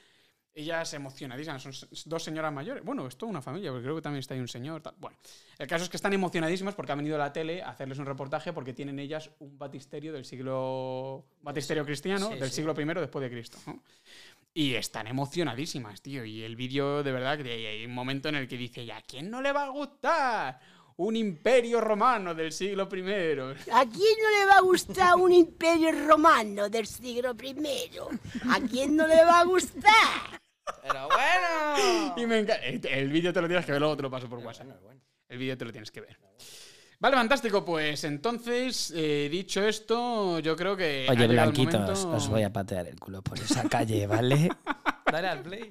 A: ellas emocionadísimas, son s- dos señoras mayores. Bueno, es toda una familia, porque creo que también está ahí un señor. tal. Bueno, el caso es que están emocionadísimas porque ha venido la tele a hacerles un reportaje porque tienen ellas un batisterio del siglo. batisterio cristiano,
B: Sí,
A: del
B: sí.
A: siglo I después de Cristo. ¿no? Y están emocionadísimas, tío. Y el vídeo, de verdad, que hay- hay un momento en el que dice: ¿Y a quién no le va a gustar? Un imperio romano del siglo I.
C: ¿A quién no le va a gustar un imperio romano del siglo I? ¿A quién no le va a gustar?
B: Pero bueno.
A: (laughs) eh, Y me encanta. El vídeo te lo tienes que ver, luego te lo paso por WhatsApp. El vídeo te lo tienes que ver. Vale, fantástico. Pues entonces, eh, dicho esto, yo creo que. ha
B: Oye,
A: llegado el
B: Blanquitos,
A: momento-
B: os voy a patear el culo por esa calle, ¿vale? Dale al play.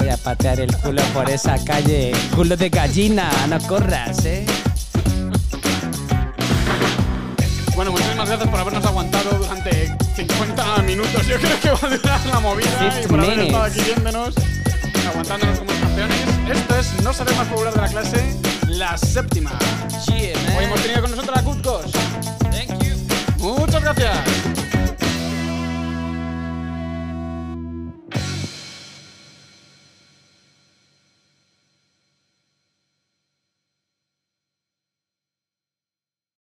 B: Voy a patear el culo por esa calle. Culo de gallina, no corras, ¿eh?
A: Bueno, muchísimas gracias por habernos aguantado durante 50 minutos. Yo creo que va a durar la movida y
B: 50
A: por haber estado
B: minutes.
A: aquí viéndonos, aguantándonos como campeones.
B: eh,
A: Esto es No Seré Más Popular de la Clase, la séptima. Hoy hemos tenido con nosotros a Kutko,